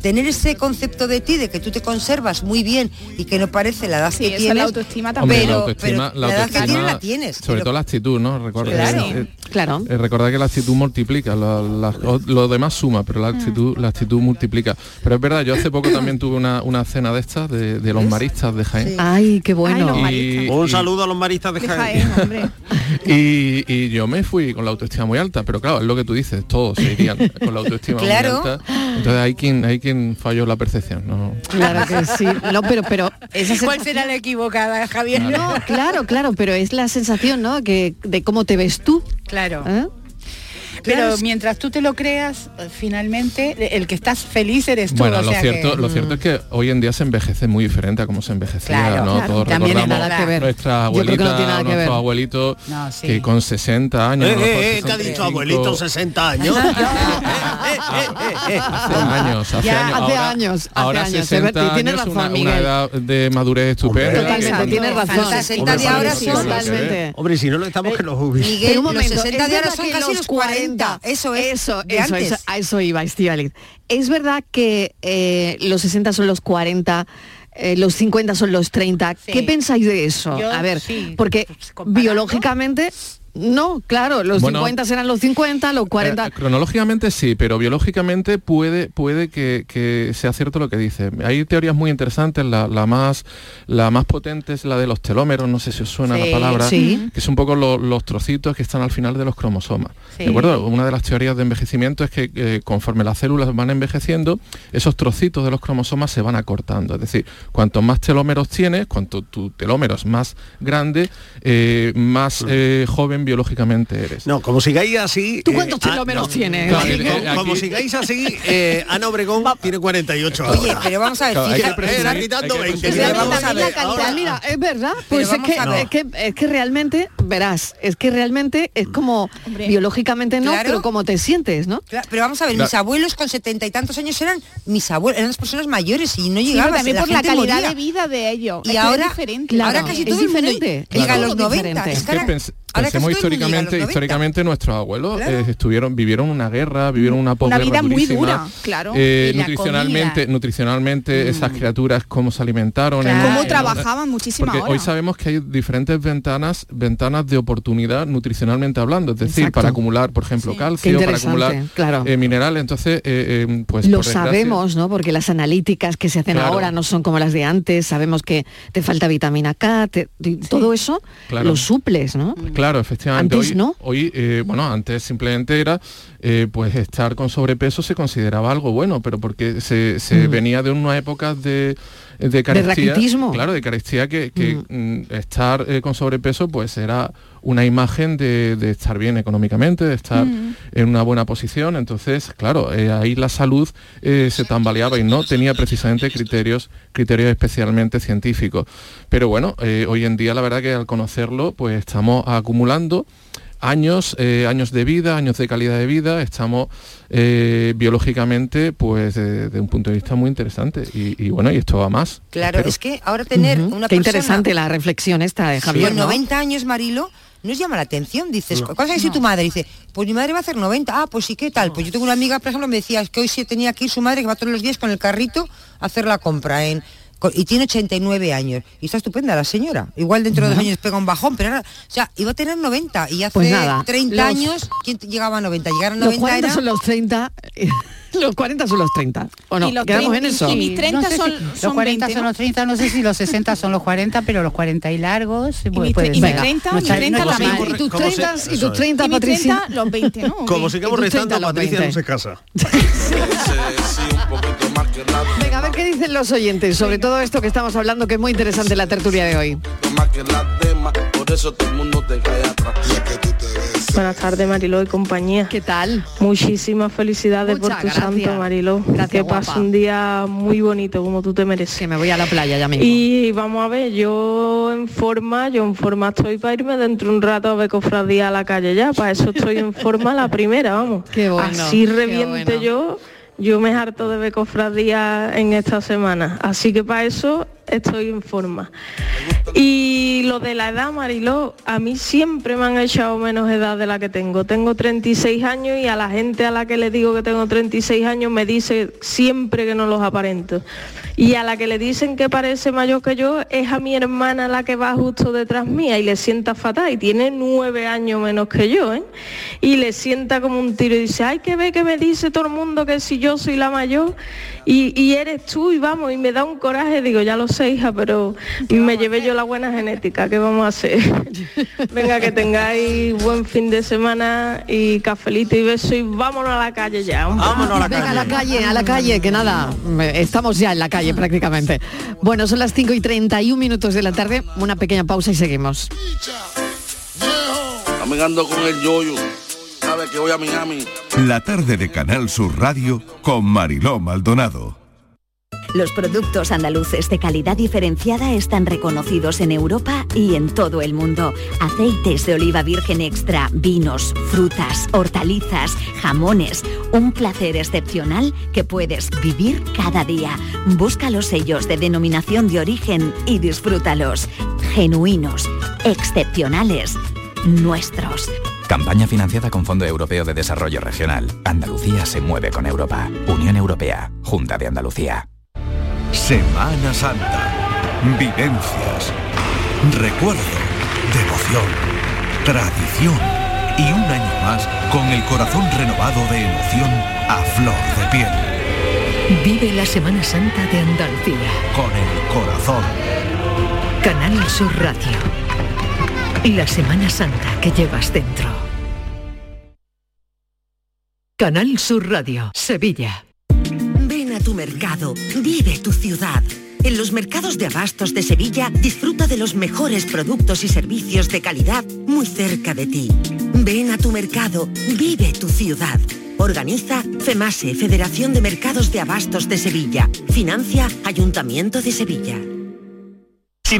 Speaker 6: tener ese concepto de ti, de que tú te conservas muy bien y que no parece la edad
Speaker 7: Sí,
Speaker 6: que
Speaker 7: eso es la
Speaker 6: tienes.
Speaker 7: autoestima
Speaker 5: Hombre,
Speaker 6: Pero,
Speaker 5: la autoestima,
Speaker 6: pero
Speaker 5: la
Speaker 6: la edad que tienes
Speaker 5: autoestima-
Speaker 6: la tienes.
Speaker 5: Sobre todo la actitud, ¿no? Recuerda,
Speaker 6: Claro.
Speaker 5: eh,
Speaker 2: Claro.
Speaker 5: eh, recordad que la actitud multiplica, la- la- o- lo demás suma, pero la
Speaker 4: Mm.
Speaker 5: actitud, la actitud multiplica. Pero es verdad, yo hace poco también tuve una, una cena de estas, de, de los maristas de Jaén.
Speaker 4: Ah,
Speaker 2: Ay, qué bueno.
Speaker 5: Y-
Speaker 3: Un
Speaker 5: y-
Speaker 3: saludo a los maristas de Jaén.
Speaker 5: Y, y yo me fui con la autoestima muy alta, pero claro, es lo que tú dices, todos se irían con la autoestima
Speaker 2: Claro.
Speaker 5: muy alta. Entonces hay quien, hay quien falló la percepción, ¿no?
Speaker 2: Claro que sí. No, pero pero esa
Speaker 4: ¿Cuál
Speaker 2: sensación-
Speaker 4: será la equivocada, Javier?
Speaker 2: No, claro, claro, pero es la sensación, ¿no? Que de cómo te ves tú.
Speaker 4: Claro.
Speaker 2: ¿eh?
Speaker 4: Pero
Speaker 2: Claro.
Speaker 4: mientras tú te lo creas, eh, finalmente el que estás feliz eres tú.
Speaker 5: Bueno,
Speaker 4: o
Speaker 5: lo
Speaker 4: sea
Speaker 5: cierto,
Speaker 4: que- mm.
Speaker 5: lo cierto es que hoy en día se envejece muy diferente a como se envejecía,
Speaker 4: Claro,
Speaker 5: ¿no?
Speaker 4: claro.
Speaker 5: Todos
Speaker 4: También es
Speaker 5: recordamos
Speaker 4: verdad. que ver.
Speaker 5: nuestra
Speaker 4: Yo creo que no
Speaker 5: abuelita,
Speaker 4: tiene nada que
Speaker 5: nuestros
Speaker 4: ver.
Speaker 5: abuelitos
Speaker 4: No, sí.
Speaker 5: que con 60 años,
Speaker 3: Eh,
Speaker 5: a lo mejor
Speaker 3: eh, eh, ¿qué ha dicho
Speaker 5: 65,
Speaker 3: abuelito? 60 años. Eh,
Speaker 5: hace años, hace
Speaker 2: Ya,
Speaker 5: años.
Speaker 2: hace
Speaker 5: ahora,
Speaker 2: años, hace
Speaker 5: ahora
Speaker 2: años, es
Speaker 5: 60
Speaker 2: verdad, tienes
Speaker 5: años,
Speaker 2: razón,
Speaker 5: una, una
Speaker 2: Miguel.
Speaker 5: edad de madurez estupenda.
Speaker 2: Totalmente,
Speaker 5: que-
Speaker 2: tienes razón.
Speaker 6: Los 60 de ahora son totalmente.
Speaker 3: Hombre, si no lo
Speaker 2: Eh,
Speaker 3: estamos que nos juzguen.
Speaker 6: Miguel,
Speaker 2: Pero un
Speaker 6: los
Speaker 2: momento,
Speaker 6: 60 de
Speaker 2: ¿es
Speaker 6: ahora
Speaker 2: verdad
Speaker 6: son
Speaker 2: que
Speaker 6: casi los 40. Eso es.
Speaker 2: Eso,
Speaker 6: de
Speaker 2: eso,
Speaker 6: antes.
Speaker 2: eso, a eso iba, Estivaliz. Es verdad que eh, los 60 son los 40, eh, los 50 son los 30. ¿Qué pensáis de eso?
Speaker 4: Yo,
Speaker 2: a ver,
Speaker 4: sí,
Speaker 2: porque biológicamente, no, claro, los
Speaker 5: Bueno.
Speaker 2: 50 serán los 50, los 40...
Speaker 5: Eh, cronológicamente sí, pero biológicamente puede, puede que, que sea cierto lo que dice. Hay teorías muy interesantes, la, la más, la más potente es la de los telómeros, no sé si os suena
Speaker 16: Sí,
Speaker 5: la palabra,
Speaker 16: sí.
Speaker 5: que son un poco lo- los trocitos que están al final de los cromosomas.
Speaker 16: Sí.
Speaker 5: ¿De acuerdo? Una de las teorías de envejecimiento es que eh, conforme las células van envejeciendo, esos trocitos de los cromosomas se van acortando. Es decir, cuanto más telómeros tienes, cuanto tu telómero es más grande, eh, más eh, joven biológicamente eres.
Speaker 3: No, como sigáis así...
Speaker 2: ¿Tú cuántos telómeros tienes?
Speaker 5: Claro,
Speaker 2: Marico?
Speaker 5: eh, aquí-
Speaker 3: Como sigáis así, eh, Ana Obregón tiene 48 ahora.
Speaker 6: Oye, pero vamos a ver,
Speaker 3: Claro, hay
Speaker 6: fíjate,
Speaker 3: que presumir,
Speaker 6: era
Speaker 3: hay que
Speaker 6: quitando
Speaker 3: presumir.
Speaker 6: 20. Pero vamos a
Speaker 2: la
Speaker 6: ver,
Speaker 2: cantidad,
Speaker 6: ahora-
Speaker 2: mira, es verdad, pues es
Speaker 6: vamos
Speaker 2: que,
Speaker 6: a ver.
Speaker 2: es, que, es que realmente, verás, es que realmente es como, biológicamente no,
Speaker 6: Claro.
Speaker 2: pero como te sientes, ¿no?
Speaker 6: Claro, pero vamos a ver,
Speaker 2: La-
Speaker 6: mis abuelos con setenta y tantos años eran mis abuelos, eran las personas mayores y no
Speaker 7: Sí, pero
Speaker 6: llegaban.
Speaker 7: también por la
Speaker 6: gente
Speaker 7: calidad
Speaker 6: moría.
Speaker 7: de vida de ellos.
Speaker 6: Y ahora,
Speaker 7: es diferente.
Speaker 6: ahora casi todo el mundo llega a los 90.
Speaker 7: Ah,
Speaker 5: Es
Speaker 6: Es
Speaker 5: que
Speaker 6: cara-
Speaker 5: pens-
Speaker 6: Ahora
Speaker 5: Pensemos
Speaker 6: casi todo es muy legal,
Speaker 5: históricamente,
Speaker 6: los 90.
Speaker 5: históricamente nuestros abuelos
Speaker 6: Claro.
Speaker 5: eh, estuvieron, vivieron una guerra, vivieron una posguerra
Speaker 7: vida muy
Speaker 5: durísima.
Speaker 7: dura, claro.
Speaker 5: Eh,
Speaker 7: Y la
Speaker 5: nutricionalmente, nutricionalmente esas criaturas cómo se alimentaron, en la-
Speaker 7: Cómo
Speaker 5: en la-
Speaker 7: trabajaban muchísima
Speaker 5: porque
Speaker 7: hora.
Speaker 5: hoy sabemos que hay diferentes ventanas, ventanas de oportunidad nutricionalmente hablando, es decir,
Speaker 2: Exacto.
Speaker 5: para acumular, por ejemplo,
Speaker 2: Qué
Speaker 5: calcio, para
Speaker 2: interesante,
Speaker 5: acumular
Speaker 2: claro.
Speaker 5: eh, minerales. Entonces, eh, eh, pues
Speaker 2: lo
Speaker 5: por desgracia-
Speaker 2: sabemos, ¿no? Porque las analíticas que se hacen
Speaker 5: Claro.
Speaker 2: ahora no son como las de antes, sabemos que te falta vitamina K, te- te- todo eso
Speaker 5: Claro.
Speaker 2: lo suples, ¿no?
Speaker 5: Claro, efectivamente.
Speaker 2: Mm. Antes
Speaker 5: hoy,
Speaker 2: no.
Speaker 5: hoy, eh, bueno, antes simplemente era, eh, pues estar con sobrepeso se consideraba algo bueno, pero porque se, se
Speaker 2: Mm.
Speaker 5: venía de unas épocas de, de carestía.
Speaker 2: raquitismo.
Speaker 5: Claro, de carestía que, que, mm, estar eh, con sobrepeso pues era una imagen de, de estar bien económicamente, de estar
Speaker 18: Mm.
Speaker 5: en una buena posición. Entonces, claro, eh, ahí la salud eh, se tambaleaba y no tenía precisamente criterios, criterios especialmente científicos. Pero bueno, eh, hoy en día la verdad que al conocerlo, pues estamos acumulando años, eh, años de vida, años de calidad de vida, estamos eh, biológicamente, pues de, de un punto de vista muy interesante. Y, y bueno, y esto va más.
Speaker 6: Claro,
Speaker 5: espero.
Speaker 6: es que ahora tener
Speaker 2: Ujú.
Speaker 6: una
Speaker 2: Qué
Speaker 6: persona
Speaker 2: interesante la reflexión esta de Javier,
Speaker 6: con
Speaker 2: ¿no?
Speaker 6: 90 Pues años, Marilo, nos llama la atención. Dices, ¿cuál es tu madre? Dice, pues mi madre va a hacer 90. Ah, pues sí, ¿qué tal? Pues yo tengo una amiga, por ejemplo, me decía es que hoy sí tenía que ir su madre, que va todos los días con el carrito a hacer la compra en... co- Y tiene 89 años. Y está estupenda la señora. Igual dentro de dos años pega un bajón, pero ahora... O sea, iba a tener 90. Y hace
Speaker 2: Pues nada,
Speaker 6: 30
Speaker 2: los-
Speaker 6: años, ¿quién te- llegaba a 90? Llegaron a
Speaker 2: Los
Speaker 6: 90
Speaker 2: 40
Speaker 6: era...
Speaker 2: son los 30, los 40 son los 30, ¿o no?
Speaker 4: Y los
Speaker 2: Quedamos en
Speaker 4: 30
Speaker 2: eso.
Speaker 4: y- y mis 30
Speaker 2: No sé
Speaker 4: son-
Speaker 2: si-
Speaker 4: los 40 son los 30, no sé si los 60 son los 40, pero los 40 y largos. Y
Speaker 2: mis tre- y mis 30, mis 30 también. Y tus 30, y tus 30, Patricia.
Speaker 7: los 20, ¿no?
Speaker 3: Como sigamos
Speaker 2: Y tú
Speaker 3: rezando,
Speaker 2: 30 los
Speaker 3: Patricia no
Speaker 2: 20.
Speaker 3: se casa.
Speaker 2: Venga, a ver qué dicen los oyentes sobre todo esto que estamos hablando, que es muy interesante la tertulia de hoy.
Speaker 19: más que las demás, por eso todo el mundo te cae atrás.
Speaker 17: Buenas tardes, Mariló y compañía.
Speaker 2: ¿Qué tal?
Speaker 17: Muchísimas felicidades
Speaker 2: Muchas
Speaker 17: por tu
Speaker 2: gracias.
Speaker 17: santo, Mariló. que
Speaker 2: guapa.
Speaker 17: pase un día muy bonito como tú te mereces.
Speaker 2: Que me voy a la playa ya mismo.
Speaker 17: Y vamos a ver, yo en forma, yo en forma estoy para irme dentro de un rato a ver cofradía a la calle ya. Para eso estoy en forma la primera, vamos.
Speaker 2: bueno,
Speaker 17: Así
Speaker 2: qué
Speaker 17: reviente
Speaker 2: bueno.
Speaker 17: yo. Yo me harto de ver cofradía en esta semana, así que para eso estoy en forma. Y lo de la edad, Mariló, a mí siempre me han echado menos edad de la que tengo. Tengo 36 años y a la gente a la que le digo que tengo 36 años me dice siempre que no los aparento. Y a la que le dicen que parece mayor que yo es a mi hermana la que va justo detrás mía y le sienta fatal y tiene nueve años menos que yo, ¿eh? Y le sienta como un tiro y dice, ay, que ve que me dice todo el mundo que si yo soy la mayor y, y eres tú y vamos, y me da un coraje, digo, ya lo sé, hija, pero me llevé yo la buena genética, ¿qué vamos a hacer? Venga, que tengáis buen fin de semana y cafelito y beso y vámonos a la calle ya. Vámonos
Speaker 2: Venga, a la calle, a la calle, que nada, eh, estamos ya en la calle prácticamente. Bueno, son las 5 y 31 minutos de la tarde, una pequeña pausa y seguimos.
Speaker 19: Amigando con el yoyo. Sabe que voy a Miami.
Speaker 20: La tarde de Canal Sur Radio con Mariló Maldonado.
Speaker 21: Los productos andaluces de calidad diferenciada están reconocidos en Europa y en todo el mundo. Aceites de oliva virgen extra, vinos, frutas, hortalizas, jamones. Un placer excepcional que puedes vivir cada día. Busca los sellos de denominación de origen y disfrútalos. Genuinos, excepcionales, nuestros.
Speaker 22: Campaña financiada con Fondo Europeo de Desarrollo Regional. Andalucía se mueve con Europa. Unión Europea. Junta de Andalucía.
Speaker 23: Semana Santa. Vivencias. Recuerdo. Devoción. Tradición. Y un año más con el corazón renovado de emoción a flor de piel.
Speaker 24: Vive la Semana Santa de Andalucía.
Speaker 23: Con el corazón.
Speaker 24: Canal Sur Radio. La Semana Santa que llevas dentro. Canal Sur Radio, Sevilla.
Speaker 25: Ven a tu mercado, vive tu ciudad. En los mercados de abastos de Sevilla disfruta de los mejores productos y servicios de calidad muy cerca de ti. Ven a tu mercado, vive tu ciudad. Organiza E FEMASE, Federación de Mercados de Abastos de Sevilla. Financia Ayuntamiento de Sevilla.
Speaker 26: Si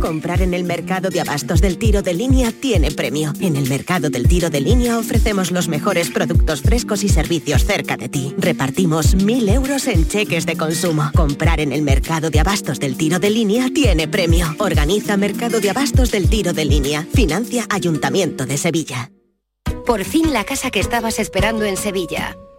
Speaker 18: Comprar en el mercado de abastos del tiro de línea tiene premio. En el mercado del tiro de línea ofrecemos los mejores productos frescos y servicios cerca de ti. Repartimos 1.000 euros en cheques de consumo. Comprar en el mercado de abastos del tiro de línea tiene premio. Organiza Mercado de Abastos del Tiro de Línea. Financia Ayuntamiento de Sevilla.
Speaker 27: Por fin la casa que estabas esperando en Sevilla.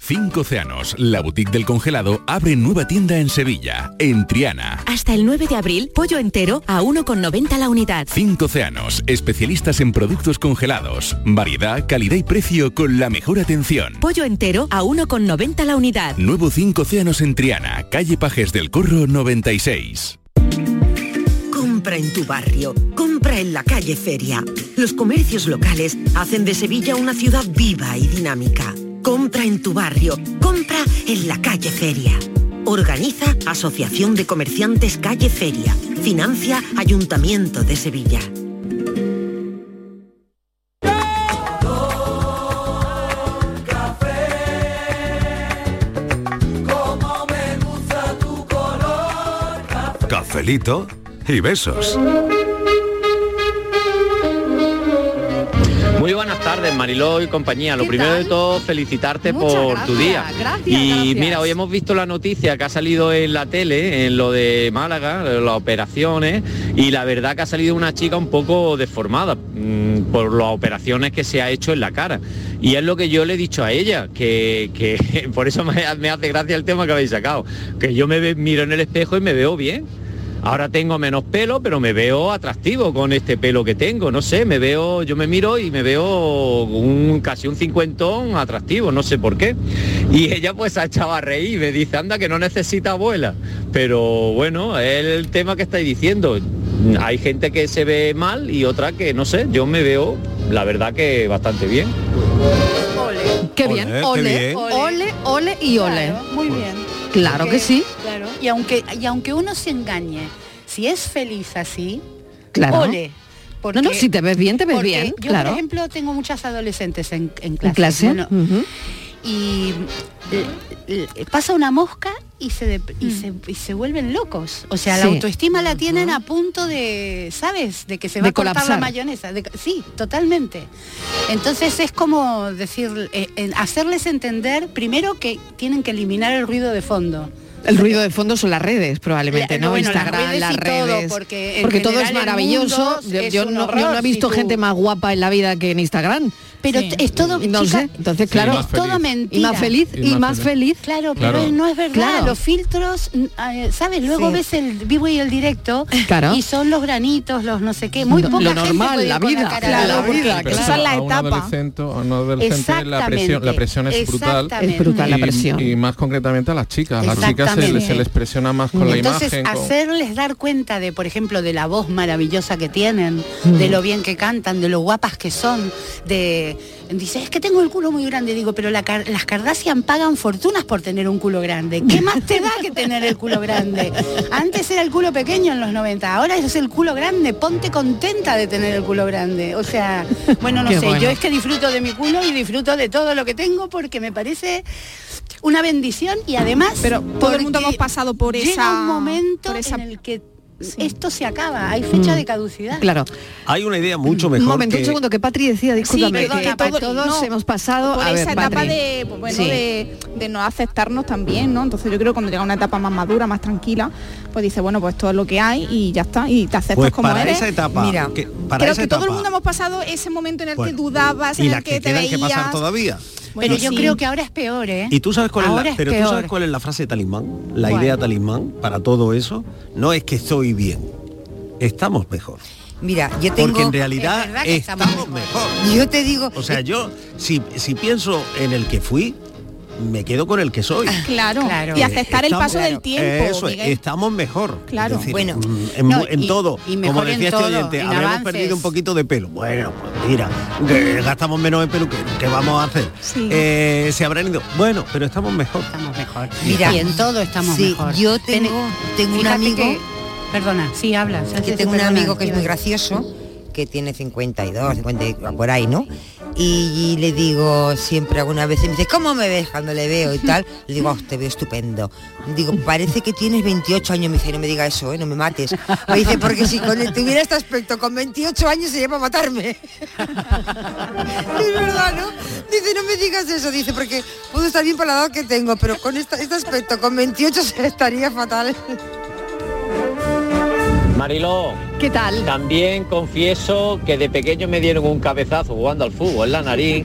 Speaker 28: Cinco Océanos, la boutique del congelado, abre nueva tienda en Sevilla, en Triana.
Speaker 13: Hasta el 9 de abril, pollo entero a 1,90 la unidad.
Speaker 28: Cinco Océanos, especialistas en productos congelados, variedad, calidad y precio con la mejor atención.
Speaker 13: Pollo entero a 1,90 la unidad.
Speaker 28: Nuevo Cinco Océanos en Triana, calle Pajes del Corro 96.
Speaker 25: Compra en tu barrio, compra en la calle Feria. Los comercios locales hacen de Sevilla una ciudad viva y dinámica. Compra en tu barrio, compra en la calle Feria. Organiza Asociación de Comerciantes Calle Feria. Financia Ayuntamiento de Sevilla.
Speaker 1: Como me gusta tu color café.
Speaker 20: Cafelito y besos.
Speaker 29: Muy buenas tardes, Mariló y compañía. Lo primero de todo, felicitarte
Speaker 2: Muchas
Speaker 29: por tu
Speaker 2: gracias,
Speaker 29: día.
Speaker 2: gracias,
Speaker 29: y
Speaker 2: gracias.
Speaker 29: mira, hoy hemos visto la noticia que ha salido en la tele, en lo de Málaga, lo de las operaciones, y la verdad que ha salido una chica un poco deformada mm, por las operaciones que se ha hecho en la cara. Y es lo que yo le he dicho a ella, que, que por eso me, me hace gracia el tema que habéis sacado, que yo me ve- miro en el espejo y me veo bien. Ahora tengo menos pelo, pero me veo atractivo con este pelo que tengo. No sé, me veo, yo me miro y me veo un, casi un cincuentón atractivo, no sé por qué. Y ella pues se ha echado a reír y me dice, anda, que no necesita abuela. Pero bueno, es el tema que estáis diciendo. Hay gente que se ve mal y otra que, no sé, yo me veo, la verdad que bastante bien.
Speaker 2: Qué bien,
Speaker 29: Ole, qué
Speaker 2: ole,
Speaker 29: bien.
Speaker 2: ole, ole y ole.
Speaker 4: Muy bien.
Speaker 2: Claro que
Speaker 4: Porque-
Speaker 2: sí.
Speaker 4: Claro. Y aunque, y aunque uno se engañe, si es feliz así,
Speaker 2: Claro.
Speaker 4: ole.
Speaker 2: No, no, si te ves bien, te ves
Speaker 4: porque
Speaker 2: bien,
Speaker 4: Yo,
Speaker 2: claro.
Speaker 4: por ejemplo, tengo muchas adolescentes en, en clase.
Speaker 2: En clase.
Speaker 4: Bueno,
Speaker 2: ujú.
Speaker 4: y l- l- pasa una mosca y se, dep- y se, y se vuelven locos. O sea, la
Speaker 2: Mm. Sí.
Speaker 4: autoestima la tienen a punto de, ¿sabes? De que se va
Speaker 2: De
Speaker 4: a cortar
Speaker 2: colapsar.
Speaker 4: la mayonesa. De- sí, totalmente. Entonces es como decir, eh, en- hacerles entender primero que tienen que eliminar el ruido de fondo.
Speaker 2: El ruido de fondo son las redes, probablemente,
Speaker 4: La-
Speaker 2: ¿no?
Speaker 4: bueno, las
Speaker 2: Instagram,
Speaker 4: redes
Speaker 2: las
Speaker 4: y todo,
Speaker 2: redes.
Speaker 4: porque en
Speaker 2: Porque todo es
Speaker 4: general el
Speaker 2: maravilloso.
Speaker 4: mundo
Speaker 2: Yo,
Speaker 4: es
Speaker 2: yo
Speaker 4: un
Speaker 2: no, yo
Speaker 4: horror
Speaker 2: no he
Speaker 4: si
Speaker 2: visto
Speaker 4: tú-
Speaker 2: gente más guapa en la vida que en Instagram.
Speaker 4: Pero t- es todo,
Speaker 2: No
Speaker 4: chica,
Speaker 2: sé, entonces claro,
Speaker 4: es todo mentira.
Speaker 2: Y más feliz y, más, feliz.
Speaker 4: Claro, pero
Speaker 2: Claro.
Speaker 4: no es verdad.
Speaker 2: Claro.
Speaker 4: Los filtros, mm, eh, ¿sabes? Luego
Speaker 2: Sí.
Speaker 4: ves el vivo y el directo
Speaker 2: Claro.
Speaker 4: y son los granitos, los no sé qué. Muy
Speaker 2: Lo
Speaker 4: poca gente
Speaker 2: normal,
Speaker 4: puede ir
Speaker 2: la
Speaker 4: con
Speaker 2: vida,
Speaker 4: cara
Speaker 2: claro,
Speaker 4: de-
Speaker 2: la vida,
Speaker 4: porque
Speaker 2: claro.
Speaker 4: esa es la
Speaker 5: a un
Speaker 4: etapa.
Speaker 5: adolescente o a un adolescente la presión, la
Speaker 4: Exactamente,
Speaker 5: presión es brutal.
Speaker 4: exactamente. Es brutal la
Speaker 5: Y-
Speaker 4: presión.
Speaker 5: Y, más concretamente a las chicas. A las chicas se,
Speaker 4: Exactamente.
Speaker 5: se les presiona más con
Speaker 4: Entonces,
Speaker 5: la imagen. con-
Speaker 4: hacerles dar cuenta de, por ejemplo, de la voz maravillosa que tienen,
Speaker 5: Mm.
Speaker 4: de lo bien que cantan, de lo guapas que son, de... Dice, es que tengo el culo muy grande. Digo, pero la Kar- las Kardashian pagan fortunas por tener un culo grande. ¿Qué más te da que tener el culo grande? Antes era el culo pequeño en los 90, ahora es el culo grande. Ponte contenta de tener el culo grande. O sea, bueno, no
Speaker 2: Qué
Speaker 4: sé,
Speaker 2: bueno.
Speaker 4: yo es que disfruto de mi culo y disfruto de todo lo que tengo porque me parece una bendición y además
Speaker 7: Pero todo el mundo
Speaker 4: porque
Speaker 7: hemos pasado por
Speaker 4: llega
Speaker 7: esa-
Speaker 4: un momento en el que esto se acaba hay fecha de caducidad
Speaker 2: Claro.
Speaker 3: Hay una idea mucho mejor
Speaker 2: un momento,
Speaker 3: que-
Speaker 2: un segundo, que Patri decía, discúlpame,
Speaker 7: perdona,
Speaker 2: que
Speaker 7: Patri,
Speaker 2: todos
Speaker 7: no,
Speaker 2: hemos pasado
Speaker 7: por
Speaker 2: a
Speaker 7: esa
Speaker 2: ver,
Speaker 7: etapa
Speaker 2: Patri.
Speaker 7: de, pues, bueno,
Speaker 2: Sí.
Speaker 7: de, de no aceptarnos también, ¿no? Entonces yo creo que cuando llega una etapa más madura, más tranquila, pues dice, bueno, pues todo lo que hay y ya está, y te aceptas
Speaker 3: Pues
Speaker 7: como
Speaker 3: para
Speaker 7: eres.
Speaker 3: esa etapa, Mira, que- para
Speaker 7: creo
Speaker 3: esa
Speaker 7: que todo el
Speaker 3: etapa.
Speaker 7: mundo hemos pasado ese momento en el que
Speaker 3: Bueno,
Speaker 7: dudabas,
Speaker 3: y
Speaker 7: en
Speaker 3: las
Speaker 7: el
Speaker 3: que
Speaker 7: que, te
Speaker 3: quedan
Speaker 7: veías.
Speaker 3: que pasar todavía.
Speaker 7: Bueno,
Speaker 4: pero yo
Speaker 7: sí.
Speaker 4: creo que ahora es peor eh
Speaker 3: ¿Y tú sabes cuál
Speaker 4: ahora
Speaker 3: es la, pero tú
Speaker 4: peor.
Speaker 3: sabes cuál es la frase talismán? La
Speaker 4: ¿Cuál?
Speaker 3: idea talismán para todo eso no es que estoy bien. Estamos mejor.
Speaker 8: Mira, yo tengo...
Speaker 3: Porque en
Speaker 8: Es
Speaker 3: realidad
Speaker 8: verdad que estamos
Speaker 3: estamos mejor.
Speaker 8: Yo te digo...
Speaker 3: O sea, yo, si, si pienso en el que fui, me quedo con el que soy.
Speaker 8: Claro,
Speaker 3: Eh,
Speaker 8: Eh,
Speaker 3: estamos-
Speaker 8: claro.
Speaker 3: Eso es, estamos mejor.
Speaker 8: Claro.
Speaker 3: Es decir,
Speaker 8: Bueno,
Speaker 3: mm, en,
Speaker 8: no,
Speaker 3: en
Speaker 8: y-
Speaker 3: todo.
Speaker 8: y mejor
Speaker 3: Como
Speaker 8: en
Speaker 3: decía este
Speaker 8: todo,
Speaker 3: oyente,
Speaker 8: en
Speaker 3: habíamos
Speaker 8: avances.
Speaker 3: perdido un poquito de pelo. Bueno, pues mira, que gastamos menos en peluquero. ¿Qué vamos a hacer?
Speaker 8: Sí.
Speaker 3: Eh, se habrán ido. Bueno, pero estamos mejor.
Speaker 4: Estamos mejor.
Speaker 8: Mira,
Speaker 4: y en todo estamos
Speaker 8: sí,
Speaker 4: mejor.
Speaker 8: Yo tengo, tengo un
Speaker 4: Fíjate
Speaker 8: amigo...
Speaker 4: que- perdona, sí, habla.
Speaker 8: que
Speaker 4: Sánchez,
Speaker 8: tengo un
Speaker 4: perdona.
Speaker 8: amigo que es muy gracioso, que tiene 52, 50, por ahí, ¿no? Y, y le digo siempre alguna vez, y me dice, ¿cómo me ves cuando le veo y tal? Le digo, "Ah, te veo estupendo. Digo, parece que tienes 28 años, me dice, no me diga eso, ¿eh? no me mates. Me dice, porque si con el- tuviera este aspecto con 28 años sería para matarme. es verdad, ¿no? Dice, no me digas eso, dice, porque puedo estar bien para la edad que tengo, pero con esta- este aspecto, con 28 se estaría fatal.
Speaker 29: Mariló.
Speaker 2: ¿Qué tal?
Speaker 29: También confieso que de pequeño me dieron un cabezazo jugando al fútbol en la nariz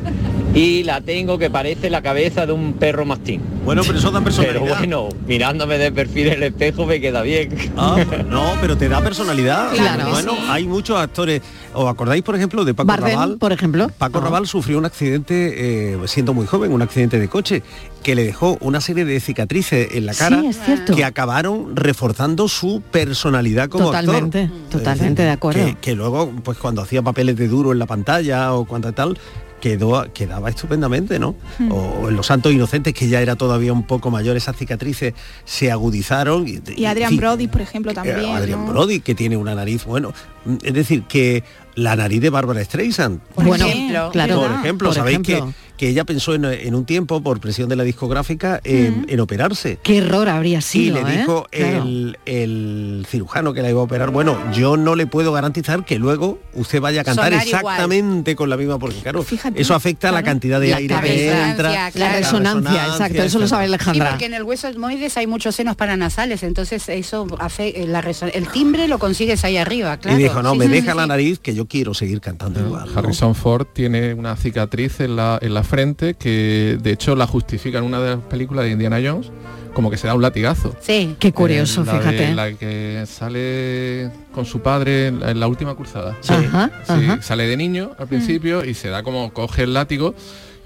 Speaker 29: y la tengo que parece la cabeza de un perro mastín.
Speaker 3: Bueno, pero eso da personalidad.
Speaker 29: Pero bueno, mirándome de perfil en el espejo me queda bien.
Speaker 3: Ah. No, pero te da personalidad.
Speaker 29: Claro.
Speaker 3: Bueno, hay muchos actores. ¿Os acordáis, por ejemplo, de Paco
Speaker 2: Bardem,
Speaker 3: Raval?
Speaker 2: por ejemplo.
Speaker 3: Paco Raval sufrió un accidente, eh, siendo muy joven, un accidente de coche, que le dejó una serie de cicatrices en la
Speaker 2: Sí,
Speaker 3: cara
Speaker 2: es cierto.
Speaker 3: que acabaron reforzando su personalidad como actor. Eh,
Speaker 2: Totalmente, totalmente de acuerdo.
Speaker 3: Que, que luego, pues cuando hacía papeles de duro en la pantalla o cuando tal, quedó, quedaba estupendamente, ¿no?
Speaker 2: Mm.
Speaker 3: O, o en Los Santos Inocentes, que ya era todavía un poco mayor, esas cicatrices se agudizaron. Y,
Speaker 7: Y Adrian
Speaker 3: sí,
Speaker 7: Brody, por ejemplo, también.
Speaker 3: eh, Adrián
Speaker 7: ¿no?
Speaker 3: Brody, que tiene una nariz, bueno, mm, es decir, que la nariz de Bárbara Streisand.
Speaker 2: Por Bueno, ejemplo, claro.
Speaker 3: Por
Speaker 2: ¿verdad?
Speaker 3: ejemplo,
Speaker 2: Por
Speaker 3: sabéis
Speaker 2: ejemplo.
Speaker 3: Que, que ella pensó en, en un tiempo, por presión de la discográfica, en, en operarse.
Speaker 2: Qué error habría
Speaker 3: Y
Speaker 2: sido,
Speaker 3: le
Speaker 2: ¿eh?
Speaker 3: dijo
Speaker 2: Claro.
Speaker 3: el, el cirujano que la iba a operar, bueno, yo no le puedo garantizar que luego usted vaya a cantar
Speaker 2: Sonar igual.
Speaker 3: exactamente con la misma, porque claro,
Speaker 2: Fíjate,
Speaker 3: eso afecta la cantidad de
Speaker 2: La
Speaker 3: aire que
Speaker 2: resonancia,
Speaker 3: entra.
Speaker 2: La resonancia, exacto, eso lo sabe
Speaker 4: Sí,
Speaker 2: Alejandra.
Speaker 4: porque en el hueso etmoides hay muchos senos paranasales, entonces eso afe- la reso- el timbre lo consigues ahí arriba, claro.
Speaker 3: Y dijo, no,
Speaker 4: Sí,
Speaker 3: me
Speaker 4: sí,
Speaker 3: deja
Speaker 4: sí,
Speaker 3: la
Speaker 4: sí.
Speaker 3: nariz que yo quiero seguir cantando igual.
Speaker 5: Harrison Ford tiene una cicatriz en la, en la frente que de hecho la justifica en una de las películas de Indiana Jones como que se da un latigazo.
Speaker 4: Sí.
Speaker 2: Qué curioso,
Speaker 5: Eh, la de-
Speaker 2: fíjate.
Speaker 5: la que sale con su padre en la, en la última cruzada.
Speaker 2: Ajá,
Speaker 5: Sí,
Speaker 2: ajá. Mm.
Speaker 5: Sale de niño al principio y se da como coge el látigo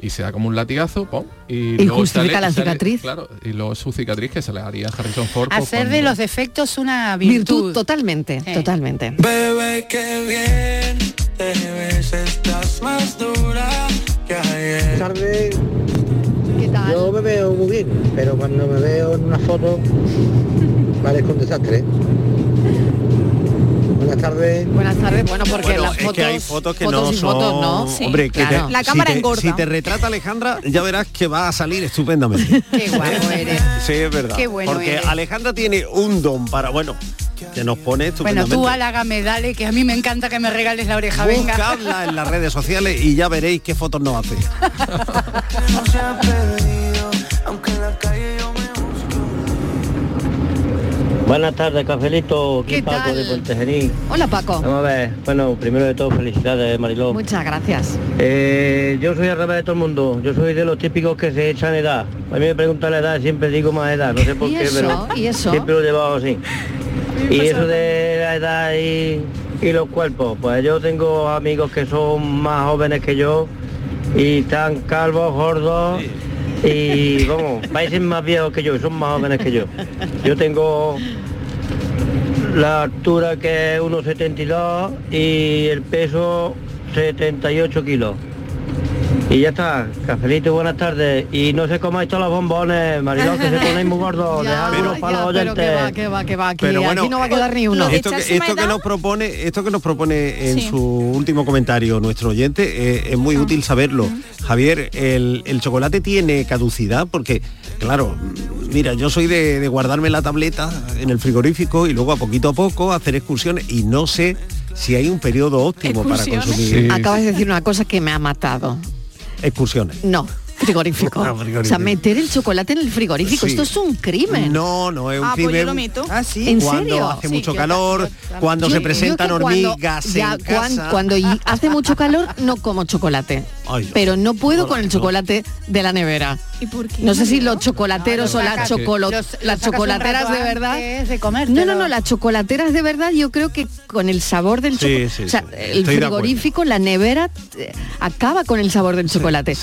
Speaker 5: y se da como un latigazo pom,
Speaker 2: Y justifica la
Speaker 5: sale-
Speaker 2: cicatriz.
Speaker 5: claro, y luego su cicatriz que se le haría a Harrison Ford pues,
Speaker 4: Hacer de
Speaker 5: cuando-
Speaker 4: los defectos una
Speaker 2: Virtud,
Speaker 4: virtud.
Speaker 2: totalmente, totalmente.
Speaker 1: Bebé, qué bien te ves, estás más dura que ayer.
Speaker 6: tardes. Yo me veo muy bien, pero cuando me veo en una foto, parezco un desastre. ¿eh? Buenas tardes.
Speaker 2: Buenas tardes, bueno, porque
Speaker 3: Bueno,
Speaker 2: las
Speaker 3: es
Speaker 2: fotos,
Speaker 3: que hay fotos que no
Speaker 2: fotos y
Speaker 3: son...
Speaker 2: fotos, ¿no?
Speaker 3: Hombre, que te-
Speaker 2: claro.
Speaker 3: si te- Si te retrata Alejandra, ya verás que va a salir estupendamente. ¿Eh?
Speaker 4: Qué guapo eres.
Speaker 3: Sí, es verdad.
Speaker 4: Qué bueno
Speaker 3: Porque
Speaker 4: eres.
Speaker 3: Alejandra tiene un don para, bueno, que nos pone
Speaker 4: Bueno,
Speaker 3: estupendamente.
Speaker 4: tú hágame, dale, que a mí me encanta que me regales la oreja, venga.
Speaker 3: Buscadla en las redes sociales y ya veréis qué fotos nos hace.
Speaker 16: Buenas tardes, cafelito. Aquí
Speaker 2: ¿Qué
Speaker 16: Paco
Speaker 2: tal?
Speaker 16: de Pontejerín.
Speaker 2: Hola, Paco.
Speaker 16: Vamos a ver. Bueno, primero de todo, felicidades, Mariló.
Speaker 2: Muchas gracias.
Speaker 16: Eh, yo soy al revés de todo el mundo. Yo soy de los típicos que se echan edad. A mí me preguntan la edad, siempre digo más edad. No sé por
Speaker 2: ¿Y
Speaker 16: qué,
Speaker 2: eso?
Speaker 16: pero
Speaker 2: ¿Y eso? pues
Speaker 16: siempre lo he llevado así. Y eso de la edad y, y los cuerpos, pues yo tengo amigos que son más jóvenes que yo y están calvos, gordos y vamos, parecen más viejos que yo, y son más jóvenes que yo. Yo tengo la altura que es 1,72 y el peso 78 kilos. Y ya está, cafelito, buenas tardes. Y no se comáis todos los bombones, Mariló, que se ponéis muy gordos, dejadlos para los
Speaker 2: Pero que
Speaker 16: oyentes.
Speaker 2: va, que va, que va, aquí,
Speaker 16: Pero bueno, eh,
Speaker 2: aquí no va a quedar ni uno.
Speaker 3: Esto, que, esto que nos propone, esto que nos propone en
Speaker 2: Sí. Ah.
Speaker 3: su último comentario nuestro oyente eh, es muy útil saberlo. Javier, el, el chocolate tiene caducidad porque, claro, mm, mira, yo soy de, de guardarme la tableta en el frigorífico y luego a poquito a poco hacer excursiones y no sé si hay un periodo óptimo para consumir
Speaker 2: Acabas de decir una cosa que me ha matado.
Speaker 3: excursiones.
Speaker 2: No, frigorífico.
Speaker 3: Ah, frigorífico.
Speaker 2: O sea, meter el chocolate en el frigorífico,
Speaker 3: Sí.
Speaker 2: esto es un crimen.
Speaker 3: No, no,
Speaker 4: Ah,
Speaker 3: es un
Speaker 4: pues
Speaker 3: crimen Ah,
Speaker 2: ¿En
Speaker 3: cuando
Speaker 2: serio?
Speaker 3: hace mucho calor, cuando
Speaker 2: Yo-
Speaker 3: se
Speaker 2: yo
Speaker 3: presentan
Speaker 2: que cuando-
Speaker 3: hormigas
Speaker 2: ya,
Speaker 3: en
Speaker 2: cuan-
Speaker 3: casa.
Speaker 2: Cuando y- hace mucho calor no como chocolate.
Speaker 3: Ay, Dios.
Speaker 2: pero no puedo con el chocolate de la nevera. No sé si los chocolateros
Speaker 4: No,
Speaker 2: o
Speaker 4: lo
Speaker 2: las,
Speaker 4: sacas-
Speaker 2: chocolo-
Speaker 4: los- los
Speaker 2: las
Speaker 4: sacas un
Speaker 2: chocolateras
Speaker 4: rato
Speaker 2: de verdad.
Speaker 4: antes
Speaker 2: no, no, no, las chocolateras de verdad yo creo que con el sabor del
Speaker 3: Sí,
Speaker 2: chocolate.
Speaker 3: sí,
Speaker 2: o sea,
Speaker 3: sí.
Speaker 2: el
Speaker 3: Estoy de acuerdo.
Speaker 2: frigorífico, la nevera eh, acaba con el sabor del chocolate.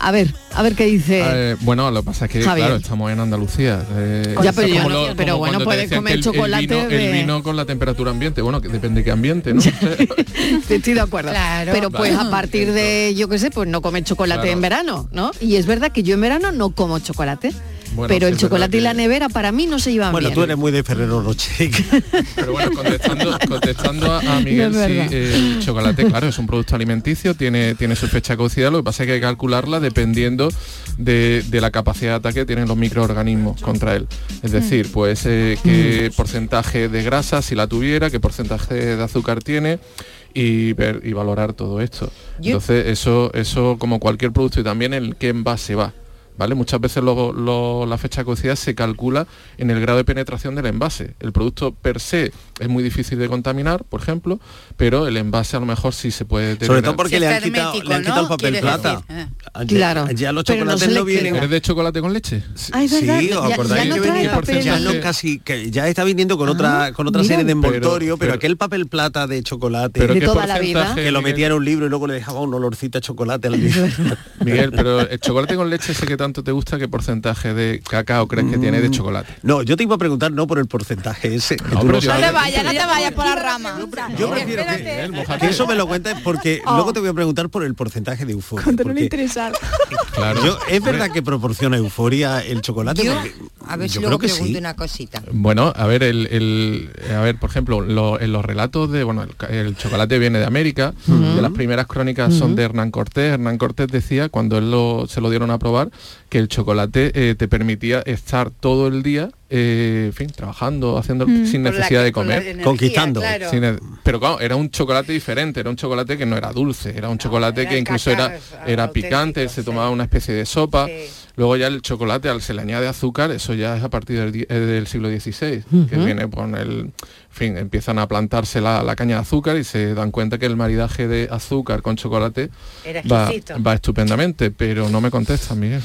Speaker 2: A ver, a ver qué dice.
Speaker 5: Eh, bueno, lo que pasa es que,
Speaker 2: Javier.
Speaker 5: claro, estamos en Andalucía. eh,
Speaker 2: Ya,
Speaker 5: esto
Speaker 2: pero
Speaker 5: es
Speaker 2: yo
Speaker 5: como
Speaker 2: no-
Speaker 5: como
Speaker 2: pero bueno,
Speaker 5: cuando te
Speaker 2: puedes
Speaker 5: decían
Speaker 2: comer
Speaker 5: que el- el
Speaker 2: chocolate
Speaker 5: vino, el
Speaker 2: de-
Speaker 5: vino con la temperatura ambiente. Bueno, que depende de qué ambiente, ¿no?
Speaker 2: Estoy de acuerdo. Pero
Speaker 5: Vale.
Speaker 2: pues a partir de, yo qué sé, pues no comer chocolate
Speaker 5: Claro.
Speaker 2: en verano, ¿no? Y es verdad que yo en verano no como chocolate.
Speaker 3: Bueno,
Speaker 2: pero
Speaker 3: sí,
Speaker 2: el
Speaker 3: es verdad
Speaker 2: chocolate y la nevera para mí no se llevan
Speaker 3: Bueno,
Speaker 2: bien.
Speaker 3: tú eres muy de Ferrero Rocher.
Speaker 5: contestando, contestando a, a Miguel,
Speaker 2: No es
Speaker 5: sí,
Speaker 2: verdad.
Speaker 5: eh, el chocolate, claro, es un producto alimenticio, tiene, tiene su fecha de caducidad, lo que pasa es que hay que calcularla dependiendo de, de la capacidad de ataque que tienen los microorganismos contra él.
Speaker 2: Mm.
Speaker 5: Es decir, pues eh, qué porcentaje de grasa, si la tuviera, qué porcentaje de azúcar tiene. Y, ver, y valorar todo esto.
Speaker 8: Yo-
Speaker 5: Entonces, eso, eso como cualquier producto y también en qué envase va. ¿Vale? Muchas veces lo- lo- la fecha de caducidad se calcula en el grado de penetración del envase. El producto per se es muy difícil de contaminar, por ejemplo, pero el envase a lo mejor sí se puede
Speaker 3: Sobre
Speaker 5: deteriorar.
Speaker 3: todo porque le han quitado, le han quitado el papel plata.
Speaker 5: eh.
Speaker 3: Ya-
Speaker 5: Claro,
Speaker 3: Ya los
Speaker 5: pero no
Speaker 3: chocolates
Speaker 5: se le
Speaker 3: no vienen.
Speaker 5: queda. ¿Eres de chocolate con leche?
Speaker 2: Ah, es verdad,
Speaker 3: Sí,
Speaker 2: ya-
Speaker 3: ¿os
Speaker 2: ya
Speaker 3: acordáis
Speaker 2: no
Speaker 3: que
Speaker 2: trae
Speaker 3: venía?
Speaker 2: papel
Speaker 3: ya no
Speaker 2: plata.
Speaker 3: casi, que ya está viniendo con otra con otra
Speaker 2: mira.
Speaker 3: serie de envoltorio, pero,
Speaker 5: Ah, Pero- pero-
Speaker 3: aquel papel plata de chocolate
Speaker 5: Pero De ¿qué toda la vida. porcentaje,
Speaker 3: que lo
Speaker 5: Miguel?
Speaker 3: metía en un libro y luego le dejaba un olorcito a chocolate al libro.
Speaker 5: Miguel, pero el chocolate con leche sé que tanto te gusta, ¿qué porcentaje de cacao crees que tiene de chocolate?
Speaker 3: Mm. No, yo te iba a preguntar no por el porcentaje ese. que tú
Speaker 5: pero
Speaker 3: lo
Speaker 5: yo-
Speaker 3: sabes.
Speaker 5: No le
Speaker 7: Vaya, no te vayas por la rama.
Speaker 3: Yo prefiero que, que eso me lo cuentes porque
Speaker 7: Oh.
Speaker 3: luego te voy a preguntar por el porcentaje de euforia.
Speaker 7: No le
Speaker 3: porque
Speaker 7: interesa.
Speaker 3: yo- es verdad que proporciona euforia el chocolate.
Speaker 8: Yo,
Speaker 3: Porque-
Speaker 8: a ver si
Speaker 3: yo
Speaker 8: luego
Speaker 3: creo que
Speaker 8: pregunto
Speaker 3: sí.
Speaker 8: una cosita.
Speaker 5: Bueno, a ver, el, el- a ver, por ejemplo, lo- en los relatos de, bueno, el, ca- el chocolate viene de América, de las primeras crónicas son de Hernán Cortés. Hernán Cortés decía, cuando él lo- se lo dieron a probar, que el chocolate eh, te permitía estar todo el día, eh, en fin, trabajando, haciendo
Speaker 3: Mm.
Speaker 5: sin
Speaker 3: Con la
Speaker 5: necesidad
Speaker 3: que-
Speaker 5: de
Speaker 3: con la
Speaker 5: comer,
Speaker 3: energía, Conquistando. claro.
Speaker 5: Sin ne- pero claro, era un chocolate diferente, era un chocolate que no era dulce, era un chocolate que incluso era, era picante, se tomaba una especie de sopa. Luego ya el chocolate, al se le añade azúcar, eso ya es a partir del, di- eh, del siglo XVI, que
Speaker 19: Ujú.
Speaker 5: viene con el... En fin, empiezan a plantarse la, la caña de azúcar y se dan cuenta que el maridaje de azúcar con chocolate
Speaker 3: Era
Speaker 5: va,
Speaker 3: exquisito.
Speaker 5: va estupendamente, pero no me contestas, Miguel.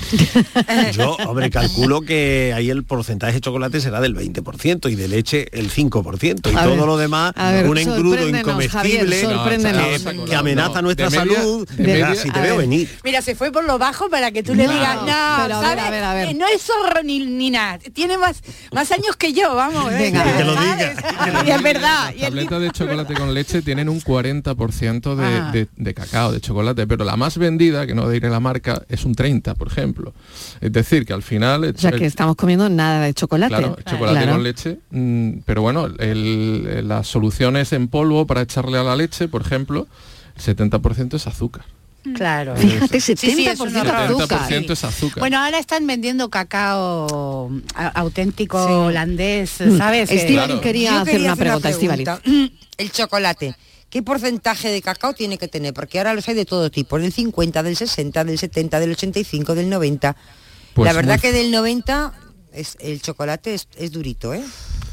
Speaker 3: Yo, hombre, calculo que ahí el porcentaje de chocolate será del 20% y de leche el 5% y
Speaker 5: A
Speaker 3: todo
Speaker 5: ver,
Speaker 3: lo demás
Speaker 5: a ver,
Speaker 3: un engrudo
Speaker 5: sorpréndenos,
Speaker 3: incomestible
Speaker 5: Javier, sorpréndenos.
Speaker 3: que- que, amenaza
Speaker 5: No,
Speaker 3: nuestra
Speaker 5: de media-
Speaker 3: salud.
Speaker 5: de media-
Speaker 3: si te
Speaker 5: a
Speaker 3: veo
Speaker 5: ver.
Speaker 3: venir.
Speaker 4: Mira, se fue por lo bajo para que tú le
Speaker 3: No,
Speaker 4: digas, no,
Speaker 3: pero a ver,
Speaker 4: ¿sabes?
Speaker 3: a ver, a ver.
Speaker 4: Eh, no es zorro ni, ni nada. Tiene más, más años que yo, vamos.
Speaker 5: Venga.
Speaker 4: ¿sabes?
Speaker 5: Que lo
Speaker 4: Y Pues es verdad.
Speaker 5: Las
Speaker 4: y el-
Speaker 5: tabletas de chocolate con leche tienen un 40% de,
Speaker 4: Ah.
Speaker 5: de- de cacao, de chocolate, pero la más vendida, que no diré la marca, es un 30%, por ejemplo. Es decir, que al final...
Speaker 2: O sea, que estamos comiendo nada de chocolate.
Speaker 5: Claro, el chocolate
Speaker 2: Claro.
Speaker 5: con leche, mm, pero bueno, el- el- las soluciones en polvo para echarle a la leche, por ejemplo, el 70% es azúcar.
Speaker 4: Claro.
Speaker 5: Fíjate,
Speaker 4: Sí, sí, eso
Speaker 5: 70%
Speaker 4: no lo-
Speaker 5: es azúcar.
Speaker 4: Bueno, ahora están vendiendo cacao a- auténtico holandés,
Speaker 2: Mm.
Speaker 4: ¿sabes?
Speaker 2: Estíbaliz
Speaker 4: Eh,
Speaker 2: quería
Speaker 4: yo
Speaker 2: hacer una pregunta, Estíbaliz.
Speaker 8: Mm, El chocolate. ¿Qué porcentaje de cacao tiene que tener? Porque ahora los hay de todo tipo, del 50, del 60, del 70, del 85, del 90.
Speaker 5: Pues
Speaker 8: la verdad
Speaker 5: muy-
Speaker 8: que del 90 es, el chocolate es, es durito, ¿eh?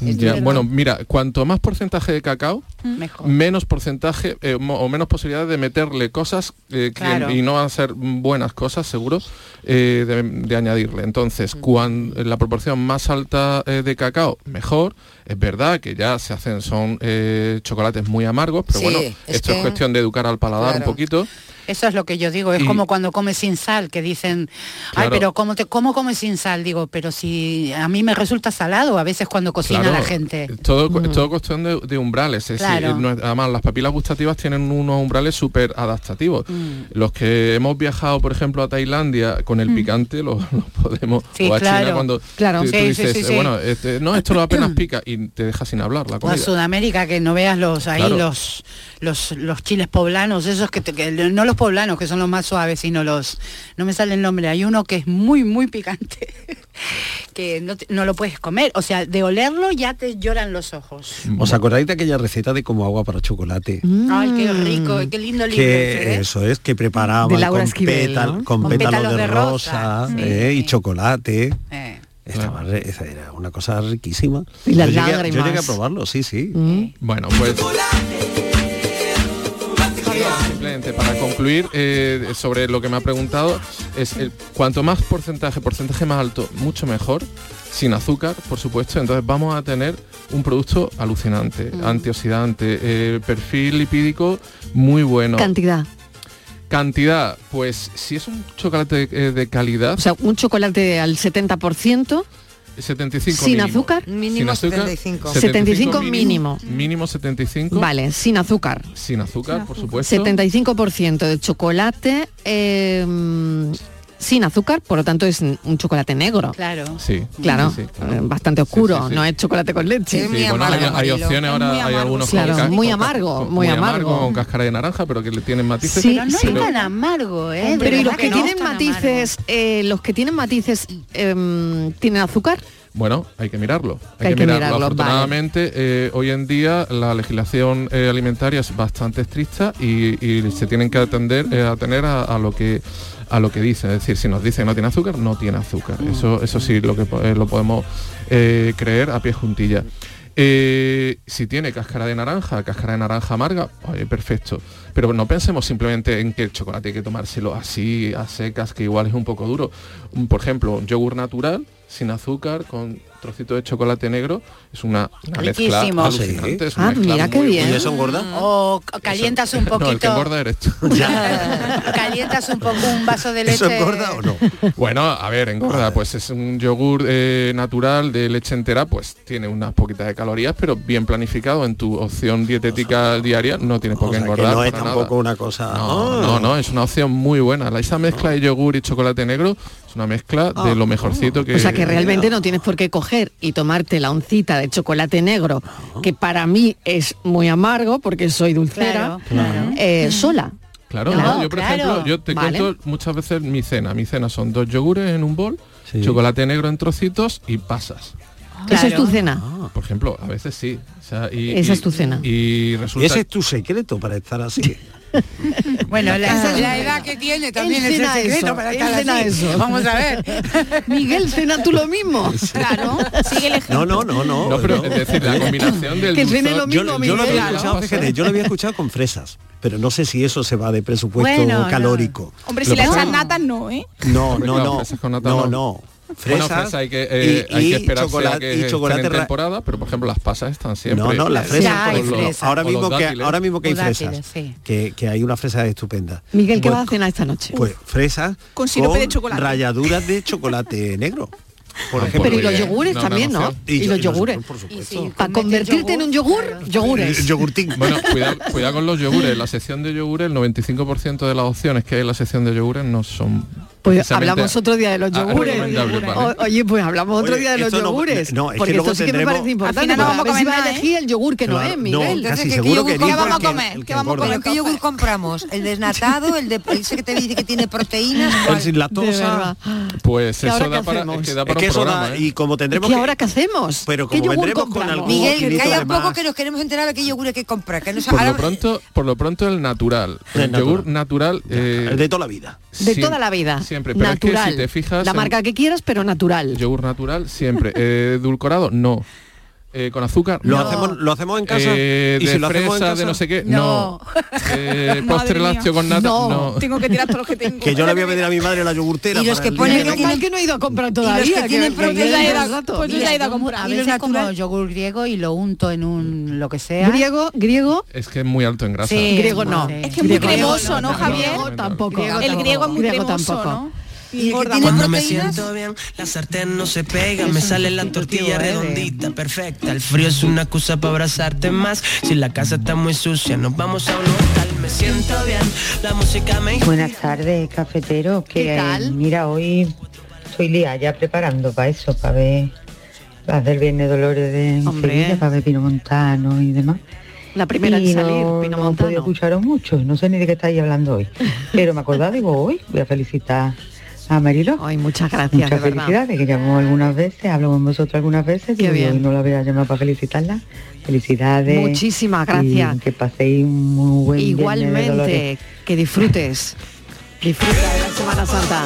Speaker 5: Ya, bueno, mira, cuanto más porcentaje de cacao,
Speaker 2: Mm.
Speaker 5: menos porcentaje eh, mo- o menos posibilidad de meterle cosas eh, que-
Speaker 12: Claro.
Speaker 5: y no van a ser buenas cosas, seguro, eh, de, de añadirle. Entonces,
Speaker 4: Mm.
Speaker 5: cuan- eh, la proporción más alta eh, de cacao, mejor. Es verdad que ya se hacen, son eh, chocolates muy amargos, pero
Speaker 4: Sí,
Speaker 5: bueno,
Speaker 4: es
Speaker 5: esto
Speaker 4: que-
Speaker 5: es cuestión de educar al paladar
Speaker 4: Claro.
Speaker 5: un poquito.
Speaker 4: Eso es lo que yo digo, es
Speaker 5: Y-
Speaker 4: como cuando comes sin sal, que dicen, ay,
Speaker 5: Claro.
Speaker 4: pero ¿cómo, te, ¿cómo comes sin sal? Digo, pero si a mí me resulta salado a veces cuando cocina
Speaker 5: Claro,
Speaker 4: la gente. Mm.
Speaker 5: Todo, cu- todo cuestión de, de umbrales. es decir,
Speaker 4: Claro.
Speaker 5: no es- además, las papilas gustativas tienen unos umbrales súper adaptativos.
Speaker 4: Mm.
Speaker 5: Los que hemos viajado, por ejemplo, a Tailandia con el picante, lo, lo podemos...
Speaker 4: Sí,
Speaker 5: o a
Speaker 4: claro.
Speaker 5: China cuando
Speaker 4: Claro.
Speaker 5: tú, tú
Speaker 4: Sí, sí,
Speaker 5: dices,
Speaker 4: sí,
Speaker 5: eh,
Speaker 4: sí.
Speaker 5: bueno, este, no, esto lo apenas pica y te deja sin hablar la
Speaker 4: O a
Speaker 5: comida.
Speaker 4: Sudamérica, que no veas los ahí
Speaker 5: Claro.
Speaker 4: los, los los chiles poblanos, esos que, te- que no los poblanos, que son los más suaves, sino los... No me sale el nombre, hay uno que es muy, muy picante, que no, te- no lo puedes comer. O sea, de olerlo ya te lloran los ojos.
Speaker 5: Mm.
Speaker 3: ¿Os acordáis de aquella receta de como agua para chocolate?
Speaker 4: Ay, qué rico, qué lindo libro. ese,
Speaker 3: que
Speaker 4: Mm. ¿eh?
Speaker 3: eso es que preparaban
Speaker 4: De Laura
Speaker 3: con,
Speaker 4: Esquivel,
Speaker 3: pétal-
Speaker 4: ¿no?
Speaker 3: con
Speaker 4: Con
Speaker 3: pétalo
Speaker 4: pétalos
Speaker 3: de,
Speaker 4: de
Speaker 3: rosa,
Speaker 4: rosa, sí.
Speaker 3: eh, y chocolate.
Speaker 4: Eh.
Speaker 3: Estaba re- esa era una cosa riquísima.
Speaker 2: Y las
Speaker 3: yo, llegué, a- yo
Speaker 2: lágrimas.
Speaker 3: llegué a probarlo, sí, sí.
Speaker 5: Bueno, pues... Simplemente para concluir eh, sobre lo que me ha preguntado, es el, cuanto más porcentaje, porcentaje más alto, mucho mejor, sin azúcar, por supuesto, entonces vamos a tener un producto alucinante,
Speaker 2: Mm.
Speaker 5: antioxidante, eh, perfil lipídico muy bueno.
Speaker 2: Cantidad.
Speaker 5: Cantidad, pues si es un chocolate eh, de calidad,
Speaker 2: O sea, un chocolate al 70%.
Speaker 5: 75
Speaker 2: sin
Speaker 5: mínimo.
Speaker 2: azúcar.
Speaker 5: Sin
Speaker 2: Mínimo
Speaker 5: azúcar,
Speaker 2: 75. 75 mínimo.
Speaker 5: Mínimo 75.
Speaker 2: Vale, sin azúcar.
Speaker 5: Sin azúcar, por supuesto.
Speaker 2: 75% de chocolate eh, mm, sin azúcar, por lo tanto es un chocolate negro.
Speaker 4: Claro.
Speaker 5: Sí.
Speaker 2: Claro,
Speaker 5: Sí, sí,
Speaker 2: eh, bastante oscuro, no es chocolate con leche.
Speaker 5: Sí, bueno, hay, hay opciones ahora, hay algunos
Speaker 2: Claro,
Speaker 5: con ca-
Speaker 2: muy
Speaker 5: con ca-
Speaker 2: amargo,
Speaker 5: con-
Speaker 2: muy amargo.
Speaker 5: con cáscara de naranja, pero que le tienen matices.
Speaker 4: pero no es tan amargo, ¿eh?
Speaker 2: Pero y los que tienen
Speaker 4: matices
Speaker 2: matices, eh, los que tienen matices, em, ¿tienen azúcar?
Speaker 5: Bueno, hay que mirarlo. Hay,
Speaker 2: Hay
Speaker 5: que,
Speaker 2: que
Speaker 5: mirarlo.
Speaker 2: mirarlo, vale.
Speaker 5: Afortunadamente, eh, hoy en día la legislación eh, alimentaria es bastante estricta y, y se tienen que atender, eh, atener a, a lo que a lo que dice, es decir, si nos dice que no tiene azúcar, no tiene azúcar.
Speaker 2: Mm.
Speaker 5: Eso, eso sí lo que po- eh, lo podemos eh, creer a pie juntilla. Eh, si tiene cáscara de naranja, cáscara de naranja amarga, oye, perfecto. Pero no pensemos simplemente en que el chocolate hay que tomárselo así, a secas, que igual es un poco duro. Un- Por ejemplo, un yogur natural, sin azúcar, con trocito de chocolate negro, es una, una mezcla
Speaker 4: Riquísimo. Mm.
Speaker 5: alucinante. es una
Speaker 2: Ah,
Speaker 5: mezcla
Speaker 2: mira qué
Speaker 5: muy
Speaker 2: bien.
Speaker 5: buena.
Speaker 4: O c- calientas un
Speaker 5: No, el que
Speaker 4: poquito,
Speaker 5: engorda eres tú.
Speaker 4: calientas un poco un vaso de leche.
Speaker 5: o no? Bueno, a ver, engorda, pues es un yogur eh, natural de leche entera, pues tiene unas poquitas de calorías, pero bien planificado en tu opción dietética diaria, no tienes por
Speaker 3: O
Speaker 5: qué
Speaker 3: sea, que
Speaker 5: engordar.
Speaker 3: no es
Speaker 5: para
Speaker 3: tampoco
Speaker 5: nada.
Speaker 3: una cosa. Ah.
Speaker 5: No, no, no, es una opción muy buena. La- Esa mezcla de yogur y chocolate negro es una mezcla
Speaker 3: Ah.
Speaker 5: de lo mejorcito que...
Speaker 2: O sea que realmente no tienes por qué coger y tomarte la oncita de chocolate negro, que para mí es muy amargo porque soy dulcera, eh, sola.
Speaker 5: Claro,
Speaker 2: Claro,
Speaker 5: ¿no? yo por
Speaker 2: claro.
Speaker 5: ejemplo, yo te
Speaker 2: Vale.
Speaker 5: cuento muchas veces mi cena. Mi cena son dos yogures en un bol, chocolate negro en trocitos y pasas.
Speaker 2: Eso es tu cena.
Speaker 3: Ah.
Speaker 5: Por ejemplo, a veces sí. O sea, y,
Speaker 2: Esa
Speaker 5: y-
Speaker 2: es tu cena.
Speaker 5: Y resulta...
Speaker 3: Ese es tu secreto para estar así.
Speaker 4: Bueno, la,
Speaker 3: Esa es
Speaker 4: la
Speaker 3: una-
Speaker 4: edad que tiene también
Speaker 2: Él
Speaker 4: es el
Speaker 2: cena
Speaker 4: secreto
Speaker 2: eso,
Speaker 4: para
Speaker 2: él
Speaker 4: estar
Speaker 2: cena
Speaker 4: así.
Speaker 2: eso.
Speaker 4: Vamos a ver.
Speaker 2: Miguel, cena tú lo mismo.
Speaker 4: Claro, sigue el
Speaker 3: No, no, no, no.
Speaker 5: No, pero es decir, la combinación del
Speaker 2: Que suene dulzor- lo
Speaker 3: yo,
Speaker 2: mismo,
Speaker 3: yo lo había
Speaker 2: Miguel.
Speaker 3: escuchado, fíjate, yo lo había escuchado con fresas, pero no sé si eso se va de presupuesto
Speaker 7: Bueno, no.
Speaker 3: calórico.
Speaker 7: Hombre, si le echas nata, no, ¿eh?
Speaker 3: No,
Speaker 5: Hombre,
Speaker 3: no,
Speaker 5: claro,
Speaker 3: no.
Speaker 5: fresas con nata
Speaker 3: no,
Speaker 5: no.
Speaker 3: no.
Speaker 5: Bueno,
Speaker 3: Fresas
Speaker 5: fresa hay que, eh,
Speaker 3: y-
Speaker 5: hay que
Speaker 3: y
Speaker 5: esperarse
Speaker 3: chocolate-
Speaker 5: a que
Speaker 3: y
Speaker 5: estén
Speaker 3: chocolate
Speaker 5: en
Speaker 3: ra-
Speaker 5: temporada, pero por ejemplo las pasas están siempre.
Speaker 3: No, no, las fresas.
Speaker 5: o
Speaker 3: por
Speaker 5: los-
Speaker 3: ejemplo. ahora,
Speaker 5: o los
Speaker 3: mismo que,
Speaker 5: dátiles.
Speaker 3: ahora mismo que hay
Speaker 5: O dátiles,
Speaker 3: fresas,
Speaker 5: sí.
Speaker 3: que, que hay una fresa estupenda.
Speaker 2: Miguel, ¿qué
Speaker 3: Pues-
Speaker 2: vas a cenar esta noche?
Speaker 3: Pues fresas
Speaker 2: Con sirope de chocolate.
Speaker 3: ralladuras de chocolate negro.
Speaker 5: Ah,
Speaker 3: Por ejemplo.
Speaker 2: Pero y los yogures también, ¿no? Y,
Speaker 3: yo-
Speaker 2: los yogures. Para convertirte en un yogur, yogures. Pues,
Speaker 3: Yogurtín.
Speaker 5: Bueno, cuidado, cuidado con los yogures. La sección de yogures, el 95% de las opciones que hay en la sección de yogures no son.
Speaker 2: Pues
Speaker 5: precisamente
Speaker 2: hablamos otro día de los
Speaker 5: a-
Speaker 2: yogures.
Speaker 5: recomendables, ¿vale?
Speaker 2: O- oye, pues hablamos otro
Speaker 3: Oye,
Speaker 2: día de los
Speaker 3: esto no-
Speaker 2: yogures.
Speaker 3: no, es que
Speaker 2: porque
Speaker 3: luego
Speaker 2: esto sí que me
Speaker 3: tendremos-
Speaker 2: parece importante.
Speaker 3: Al final no
Speaker 2: porque
Speaker 3: vamos a
Speaker 2: ver si
Speaker 3: comer
Speaker 2: va a
Speaker 6: ¿eh?
Speaker 3: nada,
Speaker 2: elegir el yogur que no
Speaker 3: Claro,
Speaker 2: es,
Speaker 3: no,
Speaker 2: Miguel.
Speaker 3: casi seguro que elijo el que- el que engorda.
Speaker 8: ¿Pero qué yogur compramos? ¿El desnatado? ¿El de el ese que te dice que tiene proteínas? ¿Cuál?
Speaker 3: sin lactosa.
Speaker 5: Pues
Speaker 8: ¿Y ahora
Speaker 5: eso
Speaker 8: qué
Speaker 5: da para,
Speaker 8: hacemos?
Speaker 5: es que da
Speaker 3: Es
Speaker 5: para
Speaker 3: que
Speaker 5: un
Speaker 3: eso da-
Speaker 5: programa. ¿eh?
Speaker 3: Y como tendremos
Speaker 2: ¿Y
Speaker 3: que-
Speaker 2: ahora qué hacemos?
Speaker 3: Pero
Speaker 2: ¿Qué
Speaker 3: como
Speaker 2: yogur
Speaker 3: vendremos con
Speaker 2: compramos?
Speaker 3: algún
Speaker 8: Miguel, que
Speaker 3: kilito
Speaker 8: haya
Speaker 3: de
Speaker 8: un poco
Speaker 3: más.
Speaker 8: que nos queremos enterar de qué yogur hay que comprar. Que no
Speaker 5: Por
Speaker 8: ahora-
Speaker 5: lo pronto, por lo pronto el natural, el, yogur natural, eh,
Speaker 3: de toda la vida.
Speaker 2: De toda la vida.
Speaker 5: Siempre, pero
Speaker 2: natural.
Speaker 5: es que si te fijas,
Speaker 2: la
Speaker 5: en
Speaker 2: marca que quieras, pero natural.
Speaker 5: yogur natural siempre, eh, edulcorado no, Eh, con azúcar
Speaker 3: Lo
Speaker 5: no.
Speaker 3: hacemos- lo hacemos en casa.
Speaker 5: Eh,
Speaker 3: ¿Y
Speaker 5: de
Speaker 3: si lo
Speaker 5: fresa,
Speaker 3: hacemos en casa?
Speaker 5: de no sé qué,
Speaker 3: No.
Speaker 5: no, Eh,
Speaker 3: Madre
Speaker 5: postre
Speaker 3: mía.
Speaker 5: lácteo con nata,
Speaker 3: No.
Speaker 5: no,
Speaker 7: Tengo que tirar todos los que tengo.
Speaker 3: Que yo le voy a pedir a mi madre la yogurtera.
Speaker 2: Y los
Speaker 3: para
Speaker 2: que
Speaker 3: el-
Speaker 2: ponen-
Speaker 3: Menos
Speaker 2: que
Speaker 3: mal
Speaker 2: no he ido a comprar
Speaker 3: todavía,
Speaker 4: Y los que
Speaker 3: que-
Speaker 4: tienen
Speaker 3: que
Speaker 4: proteínas
Speaker 3: ya he ido
Speaker 4: de
Speaker 2: rato.
Speaker 4: Pues yo ya he ido a comprar.
Speaker 2: A
Speaker 4: Y los
Speaker 2: veces
Speaker 4: como
Speaker 2: natural.
Speaker 4: yogur griego y lo unto en un lo que sea.
Speaker 2: Griego, griego.
Speaker 5: es que es muy alto en grasa.
Speaker 4: Sí,
Speaker 2: Griego no.
Speaker 4: Es
Speaker 7: que es muy cremoso, ¿no,
Speaker 2: no,
Speaker 7: Javier?
Speaker 2: griego tampoco.
Speaker 7: El griego es muy
Speaker 2: Griego
Speaker 7: cremoso,
Speaker 2: tampoco.
Speaker 7: ¿no?
Speaker 2: Y
Speaker 7: Engorda
Speaker 2: tiene
Speaker 7: más.
Speaker 19: Cuando me siento bien, la sartén no se pega, me sale la
Speaker 2: eh,
Speaker 19: tortilla redondita, perfecta. El frío es una excusa para abrazarte más. Si la casa está muy sucia, nos vamos a un hotel. Me siento bien, la música me
Speaker 12: Buenas tardes, cafetero. Que, ¿Qué tal? eh, mira, hoy estoy lía ya preparando para eso, para ver las del Viernes Dolores de en Hombre. Sevilla, para ver Pino Montano y demás.
Speaker 2: La primera en
Speaker 12: Y
Speaker 2: salir,
Speaker 12: no,
Speaker 2: Pino
Speaker 12: no
Speaker 2: Montano.
Speaker 12: podía escucharos mucho, no sé ni de qué estáis hablando hoy. Pero me acordaba, digo, hoy voy a felicitar a Marilo.
Speaker 2: Ay, muchas gracias,
Speaker 12: Muchas
Speaker 2: de verdad.
Speaker 12: felicidades, que llamó algunas veces, hablo con vosotros algunas veces,
Speaker 2: Qué
Speaker 12: y
Speaker 2: bien.
Speaker 12: hoy no la voy a llamar para felicitarla. Felicidades.
Speaker 2: Muchísimas
Speaker 12: y
Speaker 2: gracias.
Speaker 12: que paséis un muy buen viernes de Dolores.
Speaker 2: Igualmente, que disfrutes. Disfruta de la Semana Santa.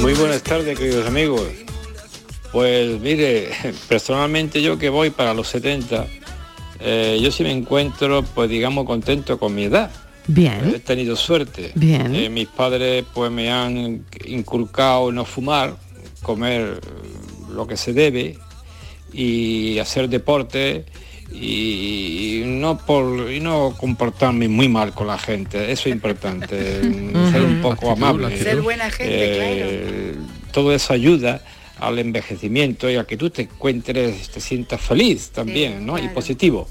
Speaker 23: Muy buenas tardes, queridos amigos. Pues mire, personalmente yo que voy para los 70, eh, yo sí me encuentro, pues digamos, contento con mi edad. He
Speaker 2: Bien,
Speaker 23: tenido suerte.
Speaker 2: Bien.
Speaker 23: Eh, mis padres pues me han inculcado no fumar, comer eh, lo que se debe y hacer deporte y, y no por y no comportarme muy mal con la gente. Eso es importante. ser un poco amable.
Speaker 4: Ser buena gente,
Speaker 23: Eh, Todo eso ayuda al envejecimiento y a que tú te encuentres, te sientas feliz también, ¿no? Y positivo.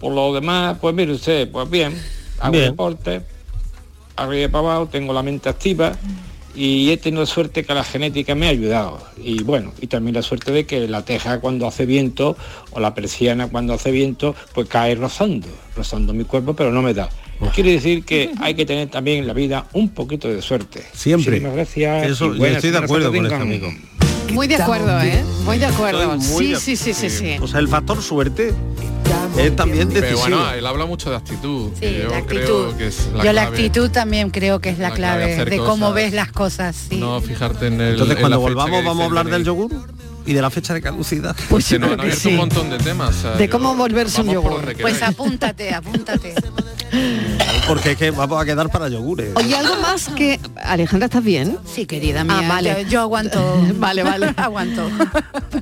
Speaker 23: Por lo demás, pues mire usted, pues bien, hago
Speaker 22: Bien.
Speaker 23: deporte, arriba y para abajo, tengo la mente activa y he tenido suerte que la genética me ha ayudado. Y bueno, y también la suerte de que la teja cuando hace viento o la persiana cuando hace viento, pues cae rozando, rozando mi cuerpo, pero no me da. Quiere decir que hay que tener también en la vida un poquito de suerte.
Speaker 3: Siempre.
Speaker 23: Muchísimas gracias.
Speaker 3: Eso,
Speaker 23: y
Speaker 3: yo
Speaker 23: buena
Speaker 3: estoy de
Speaker 23: semana
Speaker 3: acuerdo
Speaker 23: para
Speaker 3: con este
Speaker 23: Tengan.
Speaker 3: amigo.
Speaker 2: muy de acuerdo, ¿eh? Muy de acuerdo.
Speaker 3: Estoy muy
Speaker 2: Sí,
Speaker 3: de-
Speaker 2: sí, sí, sí, sí.
Speaker 3: O sea, el factor suerte es también
Speaker 5: Pero
Speaker 3: decisivo.
Speaker 5: bueno, él habla mucho de actitud. que
Speaker 4: Sí,
Speaker 5: yo
Speaker 4: la
Speaker 5: creo
Speaker 4: actitud.
Speaker 5: que es la
Speaker 4: Yo la
Speaker 5: clave.
Speaker 4: actitud también creo que es la,
Speaker 5: La clave,
Speaker 4: clave,
Speaker 5: hacer
Speaker 4: de cómo
Speaker 5: cosas.
Speaker 4: ves las cosas. sí.
Speaker 5: No fijarte en el.
Speaker 3: Entonces
Speaker 5: en
Speaker 3: cuando
Speaker 5: la fecha
Speaker 3: volvamos
Speaker 5: que
Speaker 3: vamos a
Speaker 5: dicen
Speaker 3: hablar
Speaker 5: en
Speaker 3: del
Speaker 5: el-
Speaker 3: yogur y de la fecha de caducidad.
Speaker 2: Pues
Speaker 5: Se nos han abierto un montón de temas. o sea,
Speaker 2: De
Speaker 5: yo-
Speaker 2: cómo volverse un
Speaker 5: vamos por
Speaker 2: yogur.
Speaker 5: donde
Speaker 4: Pues apúntate, apúntate.
Speaker 3: Porque es que vamos a quedar para yogures.
Speaker 2: Oye, algo más que... Alejandra, ¿estás bien?
Speaker 4: Sí, querida
Speaker 2: Ah,
Speaker 4: mía.
Speaker 2: vale.
Speaker 4: Yo, yo aguanto.
Speaker 2: Vale, vale.
Speaker 4: aguanto.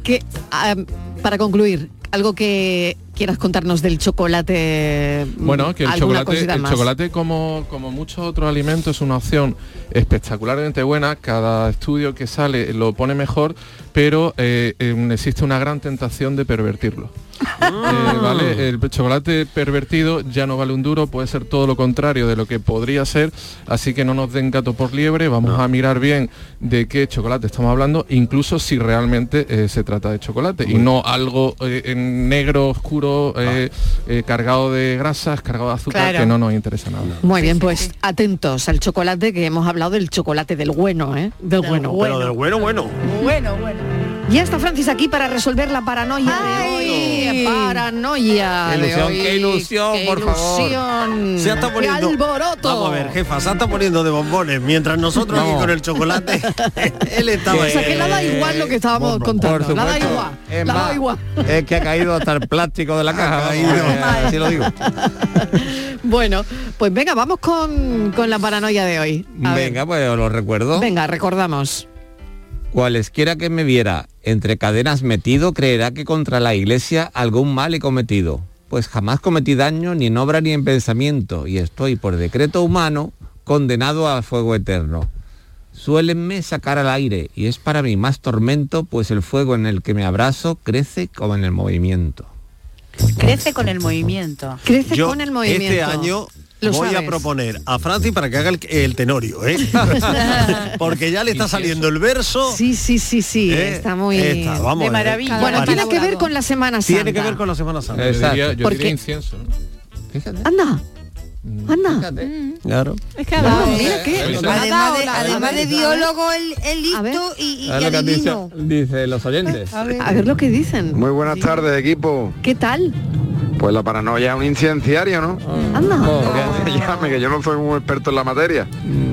Speaker 2: Que, am, para concluir, algo que quieras contarnos del chocolate. mm,
Speaker 5: Bueno, que el
Speaker 2: alguna
Speaker 5: chocolate,
Speaker 2: cosita
Speaker 5: el
Speaker 2: más.
Speaker 5: chocolate como, como muchos otros alimentos es una opción espectacularmente buena, cada estudio que sale lo pone mejor, pero eh, em, existe una gran tentación de pervertirlo. Eh,
Speaker 2: Ah.
Speaker 5: ¿vale? El chocolate pervertido ya no vale un duro, puede ser todo lo contrario de lo que podría ser, así que no nos den gato por liebre, vamos a mirar bien de qué chocolate estamos hablando, incluso si realmente eh, se trata de chocolate y no algo eh, en negro oscuro eh, eh, cargado de grasas, cargado de azúcar,
Speaker 2: Claro.
Speaker 5: que no nos interesa nada.
Speaker 2: Muy bien, pues atentos al chocolate que hemos hablado del chocolate del bueno, ¿eh? Del bueno.
Speaker 3: Pero del bueno, bueno.
Speaker 4: Bueno, bueno.
Speaker 2: Ya está Francis aquí para resolver la paranoia de hoy. Paranoia.
Speaker 3: Qué
Speaker 2: de
Speaker 3: ilusión,
Speaker 2: hoy.
Speaker 3: qué ilusión,
Speaker 2: Qué
Speaker 3: por
Speaker 2: ilusión.
Speaker 3: favor. Se ha estado
Speaker 2: Mm. Qué
Speaker 3: poniendo.
Speaker 2: alboroto.
Speaker 3: Vamos a ver, jefa, se ha estado poniendo de bombones. Mientras nosotros aquí con el chocolate, él estaba.
Speaker 2: O sea, que nada igual lo que estábamos contando.
Speaker 30: por
Speaker 2: Nada
Speaker 30: supuesto.
Speaker 2: igual.
Speaker 30: Es
Speaker 2: nada
Speaker 30: más,
Speaker 2: igual.
Speaker 30: Es que ha caído hasta el plástico de la
Speaker 2: Ah,
Speaker 30: caja. vamos, eh, así lo digo.
Speaker 2: Bueno, pues venga, vamos con, con la paranoia de hoy. A ver,
Speaker 30: Venga, pues os lo recuerdo.
Speaker 2: venga, recordamos.
Speaker 30: Cualesquiera que me viera entre cadenas metido, creerá que contra la iglesia algún mal he cometido. Pues jamás cometí daño ni en obra ni en pensamiento, y estoy por decreto humano condenado al fuego eterno. Suélenme sacar al aire, y es para mí más tormento, pues el fuego en el que me abrazo crece como en el movimiento.
Speaker 4: Crece con el movimiento.
Speaker 2: Crece
Speaker 3: Yo
Speaker 2: con el movimiento.
Speaker 3: Este año
Speaker 2: Lo
Speaker 3: voy
Speaker 2: sabes.
Speaker 3: a proponer a Francis para que haga el, el tenorio, ¿eh? Porque ya le está saliendo el verso.
Speaker 2: Sí, sí, sí, sí.
Speaker 3: Eh,
Speaker 2: está muy
Speaker 3: esta, vamos, De maravilla.
Speaker 2: Bueno,
Speaker 3: Cada
Speaker 2: tiene
Speaker 3: uno.
Speaker 2: que ver con la Semana Santa.
Speaker 3: Tiene que ver con la Semana Santa.
Speaker 5: Yo Eh, diría, yo
Speaker 2: Porque-
Speaker 5: diría incienso. ¿no?
Speaker 2: Anda.
Speaker 3: Mm.
Speaker 2: Anda. Mm.
Speaker 30: Claro.
Speaker 2: Es que Wow, mira
Speaker 30: que-
Speaker 2: qué.
Speaker 30: Además
Speaker 8: Además de,
Speaker 2: Hola,
Speaker 8: además de
Speaker 2: hola.
Speaker 8: biólogo, el, el listo y, y
Speaker 30: Es lo que han dicho-
Speaker 8: adivino.
Speaker 30: dice los oyentes.
Speaker 2: A ver lo que dicen.
Speaker 31: Muy buenas tardes, equipo.
Speaker 2: ¿Qué tal?
Speaker 31: Pues la paranoia es un incenciario, ¿no?
Speaker 2: Ah.
Speaker 31: Que se llame, que yo no soy muy experto en la materia.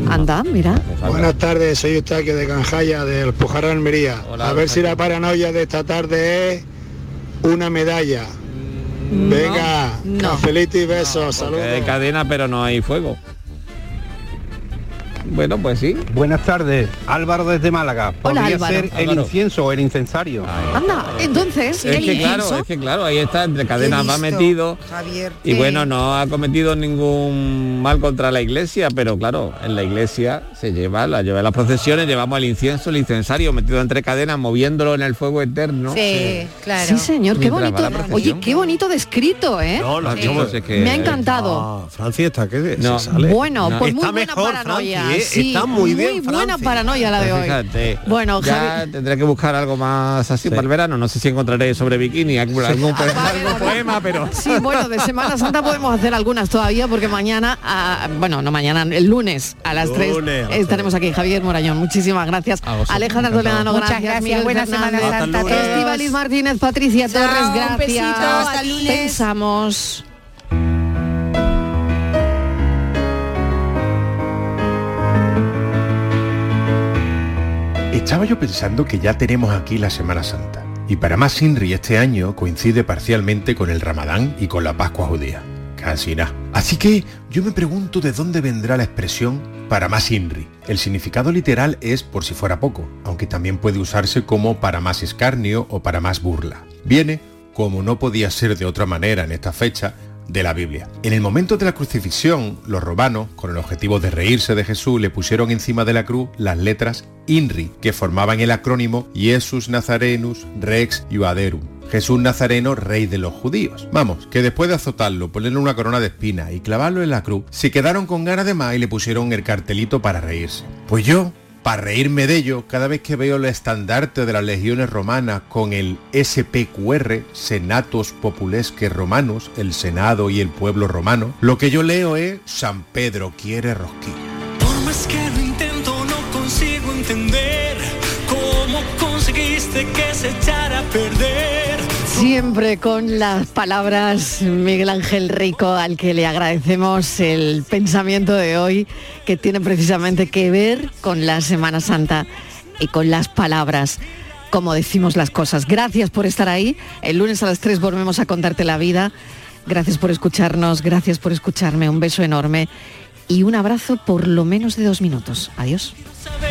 Speaker 2: Anda, mira.
Speaker 31: Buenas tardes, soy Eustaquio de Canjaya, del Pujar Almería. A ver si la paranoia de esta tarde es una medalla. Venga, cafelito y besos, saludos.
Speaker 30: Hay cadena, pero no hay fuego. Bueno, pues sí.
Speaker 17: Buenas tardes, Álvaro desde Málaga.
Speaker 2: Hola,
Speaker 17: Podría
Speaker 2: Álvaro.
Speaker 17: ser el
Speaker 30: Álvaro.
Speaker 17: incienso o el incensario.
Speaker 2: Anda, entonces.
Speaker 30: Es
Speaker 2: ¿el
Speaker 30: que claro,
Speaker 2: incienso?
Speaker 3: eh,
Speaker 30: es que claro, ahí está, entre cadenas va
Speaker 2: listo.
Speaker 30: metido.
Speaker 8: Javier.
Speaker 30: Y bueno, no ha cometido ningún mal contra la iglesia, pero claro, en la iglesia se lleva, la lleva en las procesiones, llevamos el incienso, el incensario metido entre cadenas, moviéndolo en el fuego eterno.
Speaker 4: Sí, claro.
Speaker 2: Sí, señor, qué
Speaker 30: Mientras
Speaker 2: bonito.
Speaker 30: va la procesión.
Speaker 2: Oye, qué bonito descrito, ¿eh?
Speaker 30: No, lo Sí. digo, Ah, pues es que-
Speaker 2: Me ha encantado.
Speaker 3: Ah, Francis está que se sale.
Speaker 2: Bueno, pues muy
Speaker 3: Está
Speaker 2: buena
Speaker 3: mejor,
Speaker 2: paranoia.
Speaker 3: Francis,
Speaker 30: ¿eh?
Speaker 3: Oye,
Speaker 2: sí.
Speaker 3: está muy bien,
Speaker 2: buena paranoia la de
Speaker 30: Pues
Speaker 2: hoy.
Speaker 30: fíjate,
Speaker 2: Bueno,
Speaker 30: ya
Speaker 2: Javi-
Speaker 30: tendré que buscar algo más así para el verano. No sé si encontraré sobre bikini algún,
Speaker 2: Ah,
Speaker 30: algún- algún poema, pero
Speaker 2: Sí, bueno, de Semana Santa podemos hacer algunas todavía porque mañana, ah, bueno, no mañana, el lunes a las
Speaker 30: Lunes,
Speaker 2: 3
Speaker 30: a las
Speaker 2: estaremos aquí. Javier Morañón, muchísimas gracias.
Speaker 30: A vosotros,
Speaker 2: Alejandra
Speaker 30: encantado.
Speaker 2: Toledano,
Speaker 4: Muchas gracias,
Speaker 2: Miguel
Speaker 4: buena Semana
Speaker 2: Fernández,
Speaker 4: Santa a todos.
Speaker 2: Estíbaliz Martínez, Patricia
Speaker 4: Chao,
Speaker 2: Torres,
Speaker 4: un
Speaker 2: gracias.
Speaker 4: besito, hasta lunes.
Speaker 2: Pensamos.
Speaker 26: Estaba yo pensando que ya tenemos aquí la Semana Santa. Y para más Sinri este año coincide parcialmente con el Ramadán y con la Pascua judía. Casi nada. Así que yo me pregunto de dónde vendrá la expresión para más Inri. El significado literal es por si fuera poco, aunque también puede usarse como para más escarnio o para más burla. Viene, como no podía ser de otra manera en esta fecha, de la Biblia. En el momento de la crucifixión, los romanos, con el objetivo de reírse de Jesús, le pusieron encima de la cruz las letras INRI, que formaban el acrónimo Jesus Nazarenus Rex Iuaderum. Jesús Nazareno, rey de los judíos. Vamos, que después de azotarlo, ponerle una corona de espinas y clavarlo en la cruz, se quedaron con ganas de más y le pusieron el cartelito para reírse. Pues yo, para reírme de ello, cada vez que veo el estandarte de las legiones romanas con el SPQR, Senatos Populesque Romanos, el Senado y el pueblo romano, lo que yo leo es San Pedro quiere rosquilla.
Speaker 18: Por más que lo intento, no consigo entender cómo conseguiste que se echara a perder.
Speaker 2: Siempre con las palabras Miguel Ángel Rico, al que le agradecemos el pensamiento de hoy, que tiene precisamente que ver con la Semana Santa y con las palabras, como decimos las cosas. Gracias por estar ahí. El lunes a las 3 volvemos a contarte la vida. Gracias por escucharnos, gracias por escucharme. Un beso enorme y un abrazo por lo menos de dos minutos. Adiós.
Speaker 18: Saber
Speaker 1: Oh,